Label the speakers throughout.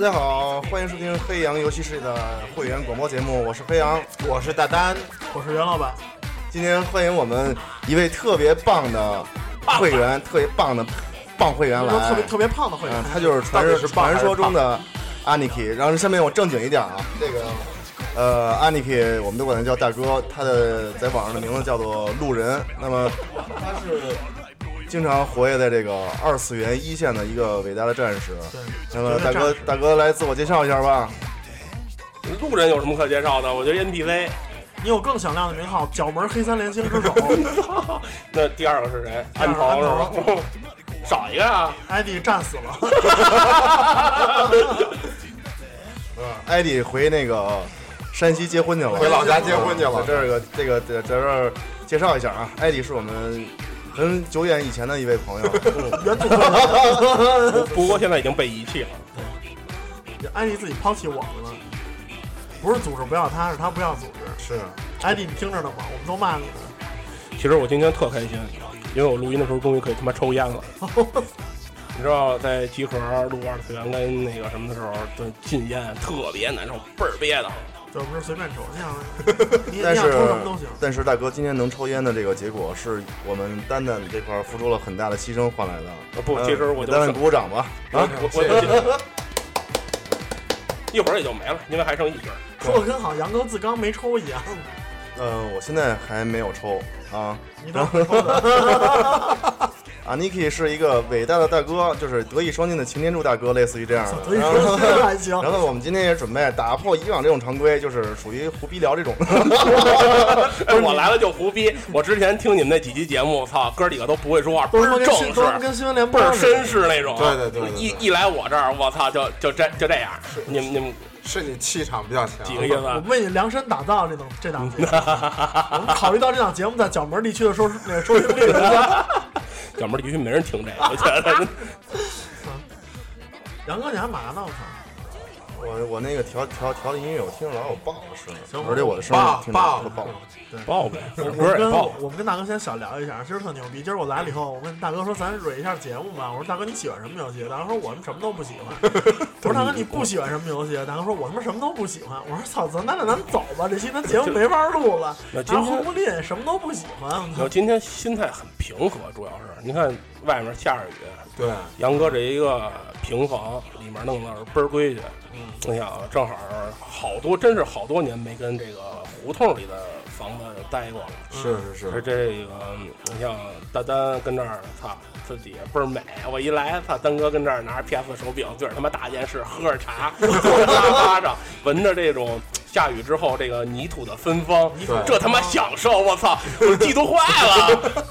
Speaker 1: 家好，欢迎收听飞扬游戏室的会员广播节目，我是飞扬，我是大丹。
Speaker 2: 我是袁老板，
Speaker 1: 今天欢迎我们一位特别棒的会员，特别棒的棒会员
Speaker 3: 哎
Speaker 2: 那
Speaker 1: 来，
Speaker 2: 时候特别特别胖的会
Speaker 1: 嗯
Speaker 2: 员，，
Speaker 1: 他就是传
Speaker 3: 到
Speaker 1: 说
Speaker 3: 底是棒还
Speaker 1: 传
Speaker 3: 是
Speaker 1: 说中的 Aniki。然后下面我正经一点啊，这个呃，Aniki 我们都管他叫大哥，他的在网上的名字叫做路人。那么他是经常活跃在这个二次元一线的一个伟大的战士。那么大哥，大哥来自我介绍一下吧。
Speaker 3: 路人有什么可介绍的？我觉得 NPC。
Speaker 2: 你有更响亮的名号，角门黑三连星之首
Speaker 3: 那第二个是谁？
Speaker 2: 第二
Speaker 3: 安
Speaker 2: 个安
Speaker 3: 藤是吧？少一个 啊！
Speaker 2: ，ID 战死了。
Speaker 1: 艾迪回那个山西结婚去了，
Speaker 4: 回老家结婚去了
Speaker 1: 在这儿个这个在在这儿介绍一下啊，艾迪是我们很久远以前的一位朋友，
Speaker 2: 原祖
Speaker 3: 不过现在已经被遗弃了。
Speaker 2: ID 自己抛弃我们了，不是组织不要他，是他不要组织。
Speaker 1: 是
Speaker 2: ID 你听着呢吗？我们都骂你呢。
Speaker 3: 其实我今天特开心，因为我录音的时候终于可以他妈抽 烟了。你知道，在集合录二次元跟那个什么的时候，就禁烟特别难受，倍儿憋的。
Speaker 2: 这不是随便抽，你想你你
Speaker 1: 但
Speaker 2: 想
Speaker 1: 是
Speaker 2: 抽什么都行。
Speaker 1: 但是大哥今天能抽烟的这个结果，是我们丹丹这块儿付出了很大的牺牲换来的。
Speaker 3: 呃不
Speaker 1: 嗯
Speaker 3: 其实我
Speaker 1: 给
Speaker 3: 就
Speaker 1: 丹丹
Speaker 3: 是
Speaker 1: 鼓鼓掌吧。
Speaker 3: 啊，我我一会儿也就没了，因为还剩一根儿。
Speaker 2: 说的跟好像杨哥自刚没抽一样，
Speaker 1: 嗯，我现在还没有抽啊。
Speaker 2: 你都没抽的。
Speaker 1: 啊，Niki 是一个伟大的大哥，就是德艺双馨的擎天柱大哥，类似于这样的。
Speaker 2: 所以
Speaker 1: 然后
Speaker 2: 说这 还行。
Speaker 1: 然后我们今天也准备打破以往这种常规，就是属于胡逼聊这种。
Speaker 3: 哎， 我 来了就胡逼。我之前听你们那几期节目，我操，哥几个都不会说话，倍
Speaker 2: 都他妈
Speaker 3: 儿
Speaker 2: 跟
Speaker 3: 正
Speaker 2: 新
Speaker 3: 式
Speaker 2: 都，他妈跟新闻联
Speaker 3: 倍
Speaker 2: 播
Speaker 3: 儿
Speaker 2: 似的
Speaker 3: 绅士那种。啊
Speaker 4: 对对对对对
Speaker 3: 一一来我这儿，我操，就就这就这样。你们你们
Speaker 4: 是你气场比较强，
Speaker 3: 几个意思
Speaker 2: 我
Speaker 3: 啊
Speaker 2: 们？为你量身打造这档这档 节目，我们考虑到这档节目在角门地区的收视那个收视率，
Speaker 3: 小门地区没人听这个，我觉得。
Speaker 2: 杨哥你还嘛呢？我操！
Speaker 1: 我我那个调调调的音乐，我听着老有爆的声音，
Speaker 2: 行
Speaker 1: 而且我的声音
Speaker 4: 爆
Speaker 1: 听着特
Speaker 4: 爆
Speaker 1: 爆。
Speaker 3: 报呗，
Speaker 2: 我
Speaker 3: 歌也
Speaker 2: 跟
Speaker 3: 报
Speaker 2: 我。们跟大哥先小聊一下，今儿特牛逼。今儿我来了以后，我跟大哥说咱蕊一下节目吧。我说大哥你喜欢什么游戏？大哥说我们什么都不喜 欢。我说大哥你不喜欢什么游戏？大哥说我他妈什么都不喜欢。我说操，咱咱俩咱走吧，这期咱节目没法录了。
Speaker 3: 那今
Speaker 2: 然
Speaker 3: 天
Speaker 2: 后红林什么都不喜欢，我
Speaker 3: 我
Speaker 2: 操
Speaker 3: 今天心态很平和，主要是你看外面下着雨，
Speaker 4: 对，
Speaker 3: 杨哥这一个平房里面弄的是倍儿规矩。你想，正好好多真是好多年没跟这个胡同里的房子待过了。
Speaker 4: 是
Speaker 3: 是
Speaker 4: 是是，
Speaker 3: 这个，你像丹丹跟这儿，操，自己倍儿美。我一来，操，丹哥跟这儿拿着 PS 手柄，对着他妈大电视，喝着茶，坐在沙发上，闻着这种下雨之后这个泥土的芬芳，
Speaker 4: 对
Speaker 3: 这他妈享受，我操，我嫉妒坏了。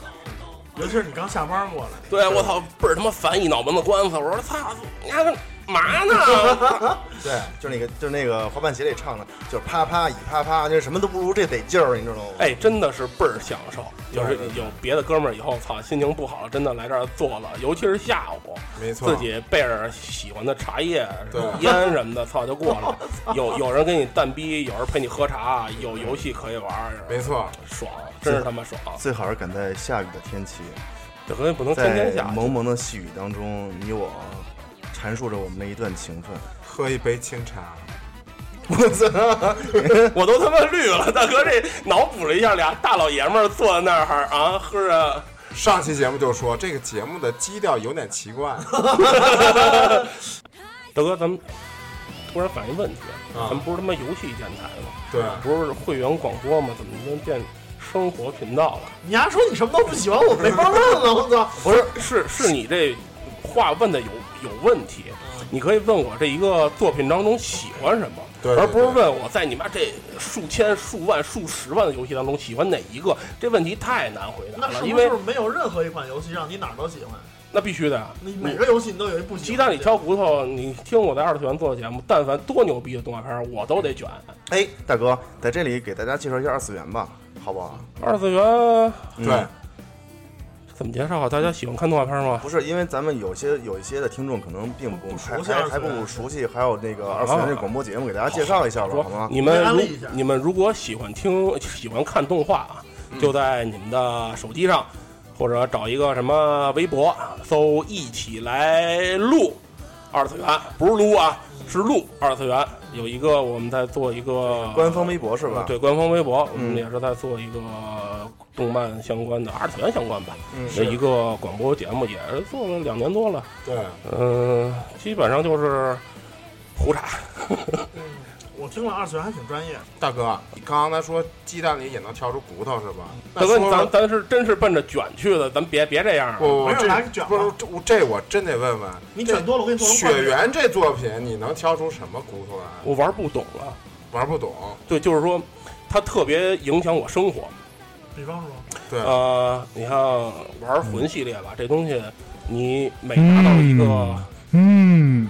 Speaker 2: 尤其是你刚下班过来，
Speaker 3: 对，啊我操，倍儿他妈烦，一脑门子官司。我说操，你丫干嘛 呢？
Speaker 1: 对，就是那个就是那个滑板鞋里唱的，就是啪啪一啪啪，就是什么都不如这得劲儿，你知道吗？
Speaker 3: 哎，真的是倍儿享受。就是
Speaker 1: 对对对
Speaker 3: 有别的哥们儿以后，操，心情不好了，真的来这儿坐了，尤其是下午，
Speaker 4: 没错
Speaker 3: 自己备着喜欢的茶叶、
Speaker 4: 对
Speaker 3: 烟什么的，操就过 了。有有人给你淡逼，有人陪你喝茶，有游戏可以玩儿，
Speaker 4: 没错，
Speaker 3: 爽，真是他妈爽。
Speaker 1: 最好是赶在下雨的天气，
Speaker 3: 这可以不能 天
Speaker 1: 在
Speaker 3: 天下。
Speaker 1: 蒙蒙的细雨当中，你我阐述着我们的一段情分。
Speaker 4: 喝一杯清 茶，
Speaker 1: 我操！
Speaker 3: 我都他妈绿了，大哥这脑补了一下，俩大老爷们儿坐在那儿啊，喝着。
Speaker 4: 上期节目就说这个节目的基调有点奇 怪，
Speaker 3: 大哥，咱们突然反映问题，啊咱们不是他妈游戏电台吗？
Speaker 4: 对，
Speaker 1: 啊
Speaker 3: 不是会员广播吗？怎么能变生活频道了？
Speaker 2: 你还说你什么都不喜欢，我没法问了，我 操！
Speaker 3: 不是，是是你这话问的有有问题。你可以问我这一个作品当中喜欢什么，
Speaker 4: 对对
Speaker 3: 而不是问我在你妈这数千、数万、数十万的游戏当中喜欢哪一个。这问题太难回答
Speaker 2: 那
Speaker 3: 了，
Speaker 2: 是
Speaker 3: 因
Speaker 2: 不是
Speaker 3: 为
Speaker 2: 没有任何一款游戏让你哪儿都喜欢？
Speaker 3: 那必须的呀。
Speaker 2: 你每个游戏你都有一不喜
Speaker 3: 鸡
Speaker 2: 欢。
Speaker 3: 蛋里挑骨头，你听我在二次元做的节目，但凡多牛逼的动画片儿，我都得卷。
Speaker 1: 哎，大哥，在这里给大家介绍一下二次元吧，好不好？嗯
Speaker 3: 二次元
Speaker 4: 对，
Speaker 3: 怎么介绍啊？大家喜欢看动画片吗？
Speaker 1: 不是，因为咱们有些有一些的听众可能并不还
Speaker 2: 不熟悉
Speaker 1: 还
Speaker 2: 二次
Speaker 1: 还
Speaker 2: 元
Speaker 1: 不熟悉，还有那个二次元这广播节目，给大家介绍一下吧，好吗？
Speaker 3: 你们
Speaker 2: 安
Speaker 3: 如
Speaker 2: 利一下
Speaker 3: 你们如果喜欢听喜欢看动画啊，
Speaker 1: 嗯
Speaker 3: 就在你们的手机上，或者找一个什么微博搜“一起来录”，二次元，不是撸啊，是撸二次元。有一个我们在做一个呃
Speaker 1: 官方微博是吧？
Speaker 3: 啊
Speaker 1: 嗯
Speaker 3: 对，官方微博，我们也是在做一个动漫相关的、二次元相关吧
Speaker 1: 嗯
Speaker 3: 的一个广播节目，也是做了两年多了。
Speaker 4: 对，
Speaker 3: 嗯，基本上就是胡扯。
Speaker 2: 我听了二次元还挺专业，
Speaker 4: 大哥，啊你刚才说鸡蛋里也能挑出骨头是吧？那
Speaker 3: 大哥，
Speaker 4: 说嗯说
Speaker 3: 咱咱是真是奔着卷去的，咱别别这样啊了。
Speaker 4: 不
Speaker 2: 没有
Speaker 4: 不这
Speaker 2: 来卷吧
Speaker 4: 不是这我这我真得问问，
Speaker 2: 你卷多了，我给你做成
Speaker 4: 雪原这作品你能挑出什么骨头来？
Speaker 3: 我玩不懂了，
Speaker 4: 玩不懂，
Speaker 3: 对，就是说它特别影响我生活。
Speaker 2: 比方说，
Speaker 4: 对，
Speaker 3: 呃，你看玩魂系列吧，这东西你每拿到一个， 嗯，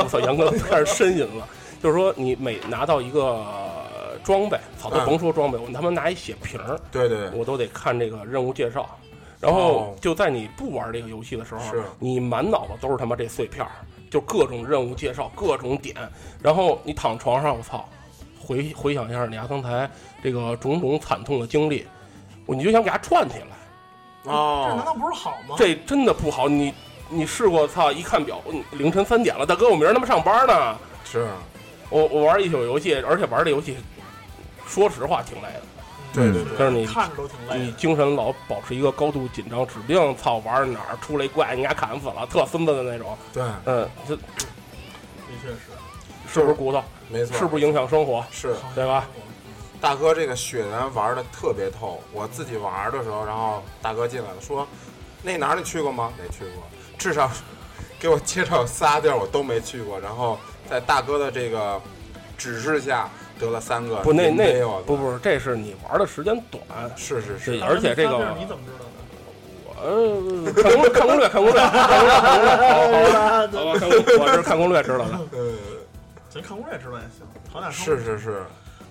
Speaker 3: 我操，杨哥开始呻吟了。就是说，你每拿到一个呃装备，操，都
Speaker 4: 嗯
Speaker 3: 甭说装备，我他妈拿一血瓶儿，
Speaker 4: 对对
Speaker 2: 嗯
Speaker 4: 对，
Speaker 3: 我都得看这个任务介绍。然后就在你不玩这个游戏的时候
Speaker 4: 是，
Speaker 3: 你满脑子都是他妈这碎片儿，就各种任务介绍，各种点。然后你躺床上，我操，回回想一下你丫刚才这个种种惨痛的经历，我你就想给它串起来。
Speaker 2: 这难
Speaker 4: 哦，
Speaker 2: 道不是好吗？
Speaker 3: 这真的不好，你你试过？操，一看表，嗯凌晨三点了，大哥，我明儿他妈上班呢。
Speaker 4: 是，
Speaker 3: 我我玩一宿游戏，而且玩这游戏，说实话挺累的。
Speaker 1: 嗯
Speaker 4: 对对
Speaker 3: 但是
Speaker 4: 对，
Speaker 3: 你
Speaker 2: 看着都挺累
Speaker 3: 你
Speaker 2: 的。
Speaker 3: 精神老保持一个高度紧张，指不定操玩儿哪儿出来一怪，你丫砍死了，特孙子的那种。
Speaker 4: 对，
Speaker 3: 嗯，这
Speaker 4: 嗯
Speaker 2: 的确是，
Speaker 3: 是不是骨头？
Speaker 4: 没错，
Speaker 3: 是不是影响生活？
Speaker 4: 是
Speaker 3: 对吧？
Speaker 4: 大哥这个雪原玩的特别透，我自己玩的时候，然后大哥进来了，说那哪儿你去过吗？没去过，至少给我介绍仨地儿我都没去过，然后在大哥的这个指示下得了三个，
Speaker 3: 不，那
Speaker 4: 您没
Speaker 3: 那
Speaker 4: 有的
Speaker 3: 不不，这是你玩的时间短。
Speaker 4: 是是
Speaker 3: 对，
Speaker 4: 是，
Speaker 3: 而且这个
Speaker 2: 啊那你怎么知道的？
Speaker 3: 呃，看攻略，看攻略，看攻略，看攻略，看攻略，好好好好，好看攻略我是看攻略知道的。
Speaker 4: 呃，
Speaker 2: 咱看攻略知道也行，好歹说
Speaker 4: 是是是，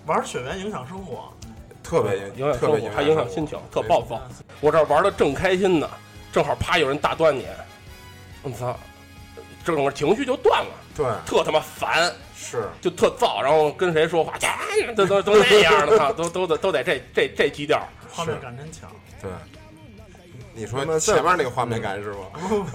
Speaker 2: 玩血缘影响生活，
Speaker 4: 特别影
Speaker 3: 影响
Speaker 4: 特
Speaker 3: 生活，
Speaker 4: 别影
Speaker 3: 还影响心情，特暴躁
Speaker 2: 没。
Speaker 3: 我这儿玩的正开心呢，正好啪有人打断你，我操，整个情绪就断了，
Speaker 4: 对，
Speaker 3: 特他妈烦，
Speaker 4: 是
Speaker 3: 就特燥，然后跟谁说话，切都都都那样的，操，都都得都得这这这基调。
Speaker 2: 画面感真强。
Speaker 4: 对。
Speaker 1: 那么
Speaker 4: 你
Speaker 1: 嗯
Speaker 4: 说
Speaker 1: 再
Speaker 4: 前面那个画面感是 吗？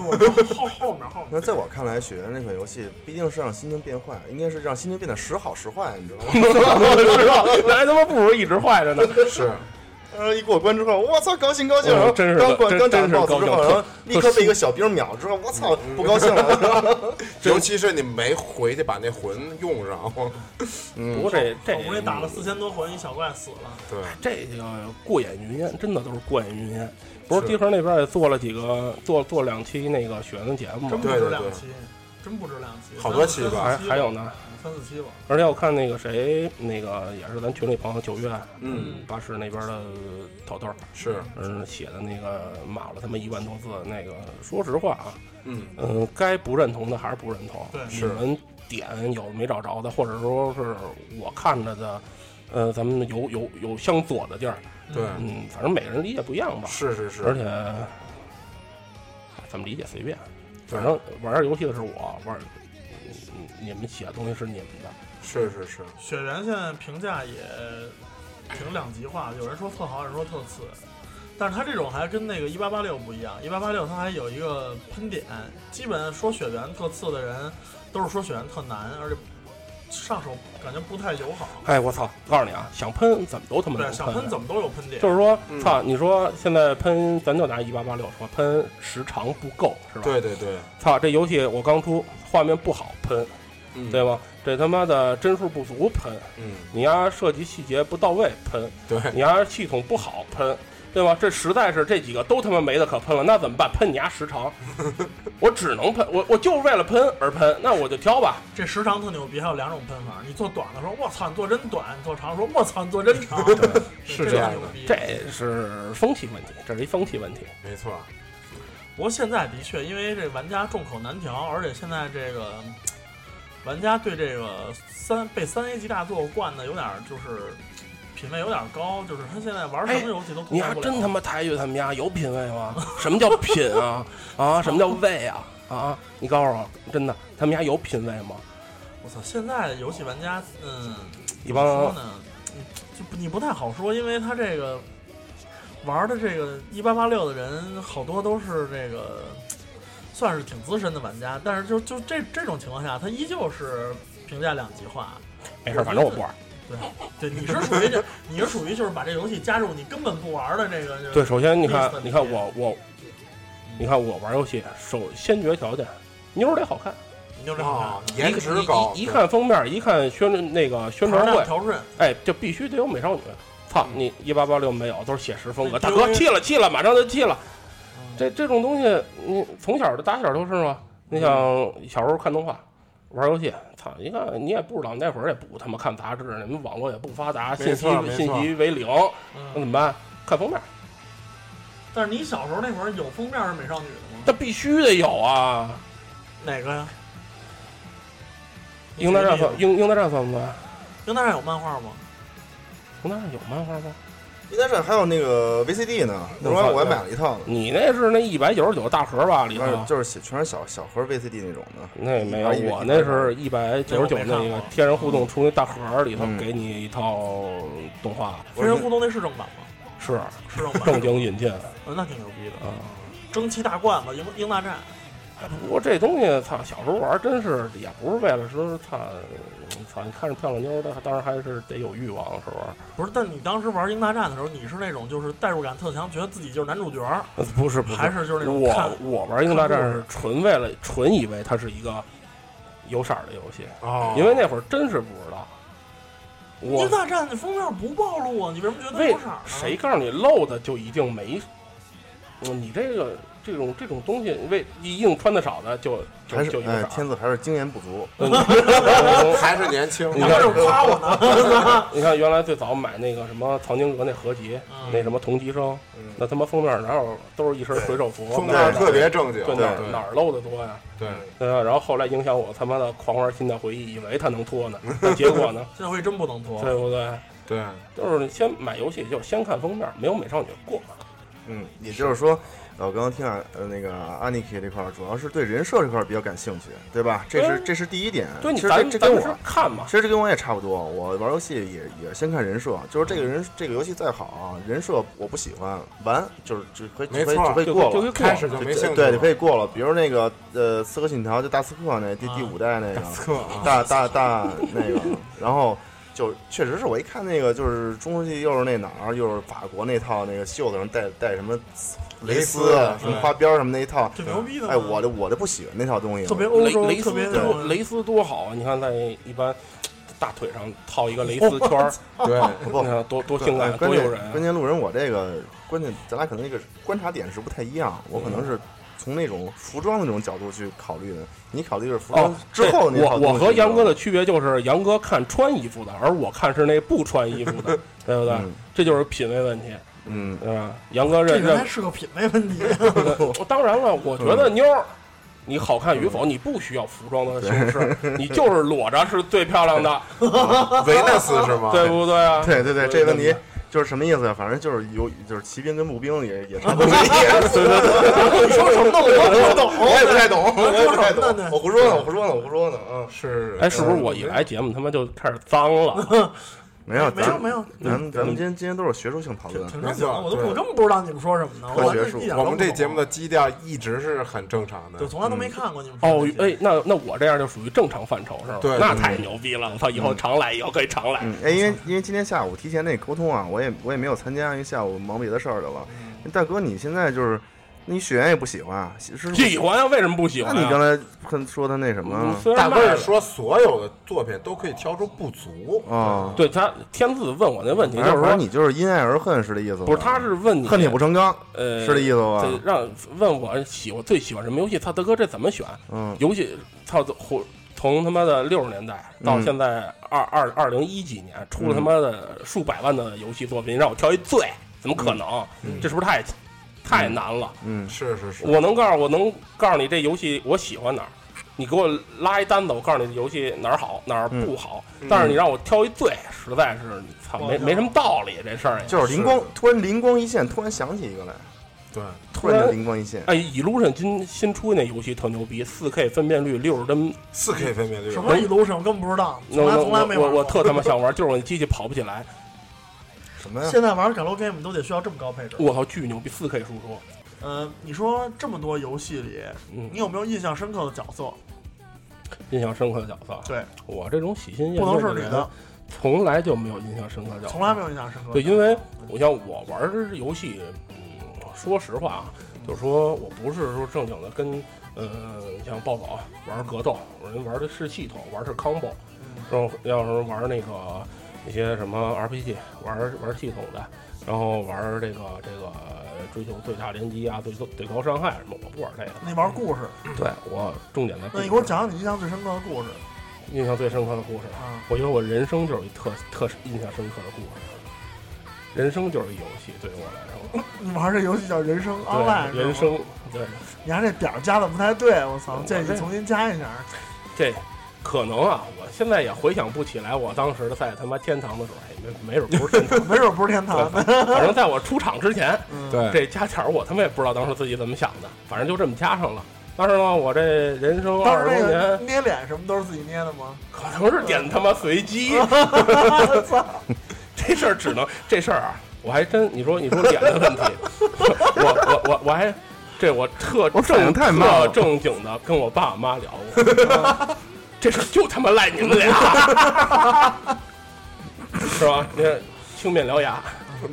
Speaker 2: 我就后后面后面
Speaker 1: 那在我看来，雪原这款游戏毕竟是让心情变坏，应该是让心情变得时好时坏，你知道吗？
Speaker 3: 是吧？那还他妈不如一直坏着呢。
Speaker 4: 是，
Speaker 1: 呃，一过关之后，我操，高兴高兴，
Speaker 3: 嗯
Speaker 1: 然后
Speaker 3: 真是的
Speaker 1: 刚关
Speaker 3: 真
Speaker 1: 刚打
Speaker 3: 真是
Speaker 1: 到 BOSS 之
Speaker 3: 高
Speaker 1: 后，
Speaker 3: 兴嗯
Speaker 1: 然后立刻
Speaker 3: 特
Speaker 1: 被一个小兵秒之后，我操，不高兴了。
Speaker 4: 尤其是你没回去把那魂用 上，
Speaker 3: 不过这这
Speaker 2: 嗯好不容易打了四千多魂，一小怪死了。
Speaker 4: 对，
Speaker 3: 这个过眼云烟，真的都是过眼云烟。不是，地方那边也做了几个，做做两期那个选的节目
Speaker 2: 真
Speaker 3: 嘛，
Speaker 2: 不
Speaker 4: 对
Speaker 2: 止
Speaker 4: 对
Speaker 2: 两
Speaker 4: 对
Speaker 2: 期，真不止两期，
Speaker 4: 好多期吧
Speaker 3: 还还有呢。
Speaker 2: 三四期吧，
Speaker 3: 而且我看那个谁，那个也是咱群里朋友九月，
Speaker 4: 嗯，
Speaker 3: 巴士那边的土豆，
Speaker 4: 是，
Speaker 3: 嗯，写的那个码了他妈一万多字，那个说实话啊，
Speaker 4: 嗯，
Speaker 3: 嗯，该不认同的还是不认同，
Speaker 2: 对
Speaker 3: 你们点有没找着的，或者说是我看着的，呃，咱们有有有相左的地儿，
Speaker 4: 对，
Speaker 3: 嗯，反正每个人理解不一样吧，
Speaker 4: 是是是，
Speaker 3: 而且怎么理解随便，反正玩儿游戏的是我玩儿，嗯你们写的东西 是你们的。
Speaker 4: 是是是，
Speaker 2: 雪原现在评价也挺两极化，有人说特好，有人说特次。但是它这种还跟那个一八八六不一样，一八八六它还有一个喷点，基本说雪原特次的人都是说雪原特难，而且上手感觉不太友好。
Speaker 3: 哎，我操！告诉你啊，想喷怎么都他妈能
Speaker 2: 对，想喷怎
Speaker 3: 么？
Speaker 2: 么都有喷点，
Speaker 3: 就是说，
Speaker 4: 嗯
Speaker 3: 操、你说现在喷，咱就拿一八八六说，喷时长不够是吧？
Speaker 4: 对对对，
Speaker 3: 操，这游戏我刚出，画面不好喷，
Speaker 4: 嗯，
Speaker 3: 对吧？这他妈的帧数不足喷，
Speaker 4: 嗯，
Speaker 3: 你丫设计细节不到位喷，
Speaker 4: 对，
Speaker 3: 你丫系统不好喷，对吧？这实在是这几个都他妈没得可喷了，那怎么办？喷你丫时长，我只能喷，我我就是为了喷而喷，那我就挑吧。
Speaker 2: 这时长特牛逼，还有两种喷法，你做短的时候，我操，你做真短；你做长的时候，我操，你做真长。
Speaker 4: 是
Speaker 2: 这
Speaker 4: 这样的
Speaker 2: 牛逼
Speaker 3: 这是风气问题，这是一风气问题。
Speaker 4: 没错，
Speaker 2: 不过现在的确，因为这玩家众口难调，而且现在这个嗯玩家对这个三被三 A 级大作惯的有点儿就是品味有点儿高，就是他现在玩什么游戏都控
Speaker 3: 你
Speaker 2: 制
Speaker 3: 还
Speaker 2: 不了。
Speaker 3: 真他妈抬举他们家有品位吗？ 什么叫品啊？啊，什么叫位啊？啊，你告诉我，真的，他们家有品位吗？
Speaker 2: 我操！现在游戏玩家，嗯，
Speaker 3: 一
Speaker 2: 怎么说
Speaker 3: 帮
Speaker 2: 呢，嗯就不你不太好说，因为他这个玩的这个一八八六的人，好多都是这个算是挺资深的玩家，但是就就这这种情况下，他依旧是评价两极化。
Speaker 3: 没事儿，反正我不玩。
Speaker 2: 对对，你是属于这，你是属于就是把这游戏加入你根本不玩的这个。就是
Speaker 3: 对，首先你看
Speaker 2: 意思，
Speaker 3: 你看我我，你看我玩游戏，首先决条件，妞儿得好看，
Speaker 2: 你就这
Speaker 4: 啊
Speaker 2: 好，
Speaker 4: 颜值高，
Speaker 3: 一一一看封面，一看宣那个宣传会，
Speaker 2: 调顺，
Speaker 3: 哎，就必须得有美少女。操你一八八六没有，都是写实风格。大
Speaker 2: 因
Speaker 3: 哥
Speaker 2: 为
Speaker 3: 气了气了，马上就气了。
Speaker 4: 嗯
Speaker 3: 这这种东西，你从小的打小都是嘛。你想
Speaker 4: 嗯
Speaker 3: 小时候看动画、玩游戏，操一看你也不知道，那会儿也不他妈看杂志，你们网络也不发达，
Speaker 4: 没
Speaker 3: 信息
Speaker 4: 错没错
Speaker 3: 信息为零，那
Speaker 2: 嗯，
Speaker 3: 怎么办？看封面，
Speaker 2: 但是你小时候那会儿有封面是美少女的吗？
Speaker 3: 那必须得有啊！
Speaker 2: 哪个呀？
Speaker 3: 英大战算
Speaker 2: 有
Speaker 3: 英英大战算不算？
Speaker 2: 英大战有漫画吗？
Speaker 3: 英大战有漫画吗？
Speaker 1: 应该是还有那个 VCD 呢，那时
Speaker 3: 我操啊
Speaker 1: 候我还买了一套呢，
Speaker 3: 你那是那一百九十九大盒吧？里
Speaker 1: 里
Speaker 3: 头
Speaker 1: 边就是小全是小小盒 VCD 那种的。
Speaker 3: 那没有
Speaker 1: 一百一，百
Speaker 3: 我那是一百九十九
Speaker 2: 那我
Speaker 3: 那
Speaker 2: 没
Speaker 3: 个
Speaker 2: 看过
Speaker 3: 天然互动出那大盒儿里头
Speaker 1: 嗯
Speaker 3: 给你一套动画，
Speaker 2: 飞人互动那是正版吗？
Speaker 3: 是
Speaker 2: 是正版，
Speaker 3: 正经引进啊。
Speaker 2: 嗯，那挺牛逼的。蒸汽大罐子，英英大战，
Speaker 3: 不过这东西，操，小时候玩儿真是也不是为了说，操，操，你看着漂亮妞儿的，当然还是得有欲望，是不
Speaker 2: 不是？但你当时玩英大战的时候，你是那种就是代入感特强，觉得自己就是男主角儿，
Speaker 3: 是？不是，不
Speaker 2: 还是就是那种看
Speaker 3: 我我玩《英大战》
Speaker 2: 看
Speaker 3: 是纯为了纯以为它是一个有色儿的游戏，
Speaker 4: 哦，
Speaker 3: 因为那会儿真是不知道。我
Speaker 2: 英大战的封面不暴露啊，你为什么觉得
Speaker 3: 为
Speaker 2: 有色儿呢？
Speaker 3: 谁告诉你露的就一定没？嗯你这个这种这种东西，为一定穿的少的就就
Speaker 1: 还是
Speaker 3: 就有
Speaker 1: 哎
Speaker 3: 点，
Speaker 1: 天子还是经验不 足。
Speaker 3: 嗯
Speaker 4: 还是年轻，
Speaker 2: 你
Speaker 3: 你看
Speaker 2: 这是夸我呢？
Speaker 3: 你看，原来最早买那个什么藏经阁那合集，
Speaker 2: 嗯
Speaker 3: 那什么同级生，
Speaker 1: 嗯
Speaker 3: 那他妈封面哪有都是一身水手服，
Speaker 4: 风
Speaker 3: 哪
Speaker 4: 格
Speaker 3: 有
Speaker 4: 特别正经，
Speaker 3: 对哪儿哪儿
Speaker 4: 对
Speaker 3: 露的多呀？
Speaker 4: 对，
Speaker 3: 对吧？然后后来影响我他妈的狂玩新的回忆，以为他能脱呢，那结果 呢？
Speaker 2: 这回真不能脱。
Speaker 3: 对不对？
Speaker 4: 对，
Speaker 3: 就是先买游戏就先看封面，没有美少女过。
Speaker 1: 嗯，也就是说，呃，我刚刚听啊，呃，那个 Aniki 这块儿主要是对人设这块儿比较感兴趣，对吧？这是
Speaker 3: 对
Speaker 1: 这是第一点。
Speaker 3: 嗯对你
Speaker 1: 其实
Speaker 3: 咱
Speaker 1: 这这
Speaker 3: 咱
Speaker 1: 跟
Speaker 3: 们是
Speaker 1: 我。
Speaker 3: 看嘛，
Speaker 1: 啊其实这跟我也差不多，我玩游戏也也先看人设，就是这个人这个游戏再好啊，人设我不喜欢，完就是只可以
Speaker 4: 没
Speaker 1: 只可以
Speaker 4: 错
Speaker 1: 只可以
Speaker 3: 就
Speaker 1: 过
Speaker 3: 就
Speaker 1: 了，
Speaker 3: 就
Speaker 4: 开始就没兴趣，
Speaker 1: 对，你可以过了。比如那个呃，《刺客信条》就大刺客那第
Speaker 2: 啊
Speaker 1: 第五代那个，
Speaker 4: 测啊，
Speaker 1: 大大大那个，然后就确实是我一看那个，就是中世纪又是那哪儿，又是法国那套那个袖子上带带什么蕾丝啊、
Speaker 4: 蕾丝
Speaker 1: 什么花边儿什么那一套，
Speaker 2: 挺牛逼的嘛
Speaker 1: 哎，我就我就不喜欢那套东西，
Speaker 2: 特别欧
Speaker 3: 蕾
Speaker 2: 洲
Speaker 3: 蕾丝
Speaker 2: 特别
Speaker 3: 多蕾丝多好啊！你看在一般大腿上套一个蕾丝圈儿，
Speaker 4: 对，
Speaker 1: 我
Speaker 3: 你看多多
Speaker 1: 不
Speaker 3: 性感，
Speaker 1: 哎关
Speaker 3: 多
Speaker 1: 键
Speaker 3: 诱人
Speaker 1: 关
Speaker 3: 啊。
Speaker 1: 键路人，我这个关键咱俩可能那个观察点是不太一样，我可
Speaker 3: 嗯
Speaker 1: 能是。从那种服装的那种角度去考虑的，你考虑的是服装
Speaker 3: 哦，
Speaker 1: 之后那
Speaker 3: 对
Speaker 1: 套
Speaker 3: 我
Speaker 1: 东西
Speaker 3: 我和杨哥的区别就是，杨哥看穿衣服的，而我看是那不穿衣服 的，对不对
Speaker 1: 嗯？
Speaker 3: 这就是品味问题，
Speaker 1: 嗯，
Speaker 3: 对吧？杨哥
Speaker 2: 这
Speaker 3: 认
Speaker 2: 原来
Speaker 3: 认，
Speaker 2: 是个品味问 题。
Speaker 3: 当然了，我觉得
Speaker 1: 嗯
Speaker 3: 妞儿。你好看与否，你不需要服装的修饰，你就是裸着是最漂亮的，
Speaker 4: 维纳斯是吗？
Speaker 3: 对不对啊？
Speaker 1: 对对对，这问题
Speaker 3: 对
Speaker 1: 就是什么意思啊呀？反正就是有，就是骑兵跟步兵也也 差不多这意思。你说什么呢？我不懂，我也不太 懂，我 也不太
Speaker 2: 说什么
Speaker 1: 懂。
Speaker 2: 呢
Speaker 1: 我胡说呢，我胡说呢，我胡说呢。嗯，
Speaker 4: 是，
Speaker 3: 哎，是不是我一来节目他妈就开始脏了？
Speaker 1: 没有，
Speaker 2: 没有没有，
Speaker 1: 咱们咱们今天今天都是学术性讨论。
Speaker 2: 挺
Speaker 4: 没
Speaker 2: 正
Speaker 4: 错
Speaker 2: 常的，我都
Speaker 4: 对
Speaker 2: 我根本不知道你们说什么呢。
Speaker 1: 科
Speaker 2: 我
Speaker 1: 学
Speaker 2: 这
Speaker 1: 术
Speaker 2: 一点
Speaker 4: 我
Speaker 2: 都
Speaker 4: 们
Speaker 2: 不
Speaker 4: 这
Speaker 2: 懂
Speaker 4: 节目的基调一直是很正常的
Speaker 2: 对，，从来都没看过你们说
Speaker 3: 哦
Speaker 2: 这，些。
Speaker 3: 哎，那那我这样就属于正常范畴是吧？
Speaker 4: 对
Speaker 3: 那
Speaker 4: 嗯
Speaker 3: 太牛逼了！我操，以后常来，以后可以常来。
Speaker 1: 嗯，哎，因为因为今天下午提前那沟通啊，我也我也没有参加，因为下午忙别的事儿去了。大哥，你现在就是，那你血缘也不喜欢啊，是是
Speaker 3: 喜？欢啊？为什么不喜
Speaker 1: 那
Speaker 3: 欢、
Speaker 1: 你
Speaker 3: 啊？
Speaker 1: 刚才跟说的那什么
Speaker 3: 嗯
Speaker 1: 啊？
Speaker 3: 虽然
Speaker 4: 大
Speaker 3: 卖
Speaker 4: 哥
Speaker 3: 了
Speaker 4: 是说所有的作品都可以挑出不足，
Speaker 1: 哦
Speaker 3: 对他天字问我那问题，就
Speaker 1: 反正
Speaker 3: 是
Speaker 1: 反
Speaker 3: 说
Speaker 1: 正你哎就是因爱而恨是这意思吗？
Speaker 3: 不是，他是问你
Speaker 1: 恨铁不成钢，
Speaker 3: 呃，
Speaker 1: 是这意思吧？
Speaker 3: 这让问我喜欢最喜欢什么游戏？操，大哥这怎么选？
Speaker 1: 嗯
Speaker 3: 游戏操从从他妈的六十年代到
Speaker 1: 嗯
Speaker 3: 现在二二二零一几年，出
Speaker 2: 嗯
Speaker 3: 了他妈的数百万的游戏作品，让我挑一最，怎么
Speaker 2: 嗯
Speaker 3: 可能？这是不是太太难了？
Speaker 1: 嗯，
Speaker 4: 是是是，
Speaker 3: 我能告诉我能告诉你这游戏我喜欢哪儿，你给我拉一单子，我告诉你这游戏哪儿好哪儿不好，
Speaker 2: 嗯
Speaker 3: 但是你让我挑一最，实在是操没没什么道理这事儿也。
Speaker 1: 就是灵光，突然灵光一现，突然想起一个来，
Speaker 4: 对，
Speaker 1: 突然就灵光一现。
Speaker 3: 哎，Illusion 今新出那游戏特牛逼，4 K 分辨率六十帧，
Speaker 4: 四 K 分辨率，
Speaker 2: 什么一路上我根本不知道，
Speaker 3: 那
Speaker 2: 从来
Speaker 3: 我
Speaker 2: 从来没
Speaker 3: 我
Speaker 2: 玩
Speaker 3: 哎我
Speaker 2: 过。
Speaker 3: 特他 妈想玩，就是我那机器跑不起来，
Speaker 1: 什么呀？
Speaker 2: 现在玩 g a l game 都得需要这么高配置，
Speaker 3: 我操巨牛逼，4 K 输出，
Speaker 2: 呃，你说这么多游戏里，
Speaker 3: 嗯
Speaker 2: 你有没有印象深刻的角色？
Speaker 3: 印象深刻的角色。
Speaker 2: 对，
Speaker 3: 我这种喜新厌
Speaker 2: 不能
Speaker 3: 旧
Speaker 2: 是
Speaker 3: 人
Speaker 2: 女的，，
Speaker 3: 从来就没有印象深刻的角色，
Speaker 2: 从来没有印象深刻的角色。
Speaker 3: 对，因为我像我玩儿游戏，嗯，说实话啊，就是说我不是说正经的跟，呃，像暴走玩儿格斗，人玩儿的是系统，玩儿是 combo，然
Speaker 2: 嗯
Speaker 3: 后要是玩儿那个一些什么 RPG，玩儿玩儿系统的，然后玩儿这个这个追求最大连击啊，最最高伤害什么，我不玩儿这个。
Speaker 2: 那玩故事，
Speaker 3: 对我重点在
Speaker 2: 那
Speaker 3: 故事
Speaker 2: 你给我讲讲你印象最深刻的故事
Speaker 3: 印象最深刻的故事。
Speaker 2: 啊！
Speaker 3: 我觉得我人生就是一特特印象深刻的故事，人生就是一游戏，对于我来说。
Speaker 2: 你玩这游戏叫《人生 online》，
Speaker 3: 对，人，生，对，
Speaker 2: 你看这表加的不太对，我操！
Speaker 3: 我
Speaker 2: 建议你
Speaker 3: 这
Speaker 2: 重新加一下。
Speaker 3: 这可能啊，我现在也回想不起来，我当时的在他妈天堂的时候，哎，没没准不是天
Speaker 2: ，
Speaker 3: 堂
Speaker 2: 没准不是天 堂，
Speaker 3: 对反正在我出场之前，
Speaker 2: 嗯，
Speaker 4: 对，
Speaker 3: 这加条我他妈也不知道当时自己怎么想的，反正就这么加上了。当时呢，我这人生
Speaker 2: 当
Speaker 3: 二
Speaker 2: 时
Speaker 3: 十
Speaker 2: 那
Speaker 3: 多
Speaker 2: 个
Speaker 3: 年，
Speaker 2: 捏脸什么都是自己捏的吗？
Speaker 3: 可能是点他妈 随机，
Speaker 2: 我操！
Speaker 3: 这事儿只能这事儿啊，我还真你说你说脸的问题， 我我我我还这我特
Speaker 5: 我反应
Speaker 3: 正
Speaker 5: 太慢了
Speaker 3: 特正经的跟我爸妈聊过，这事儿就他妈赖你们俩， 是吧？你看青面獠牙，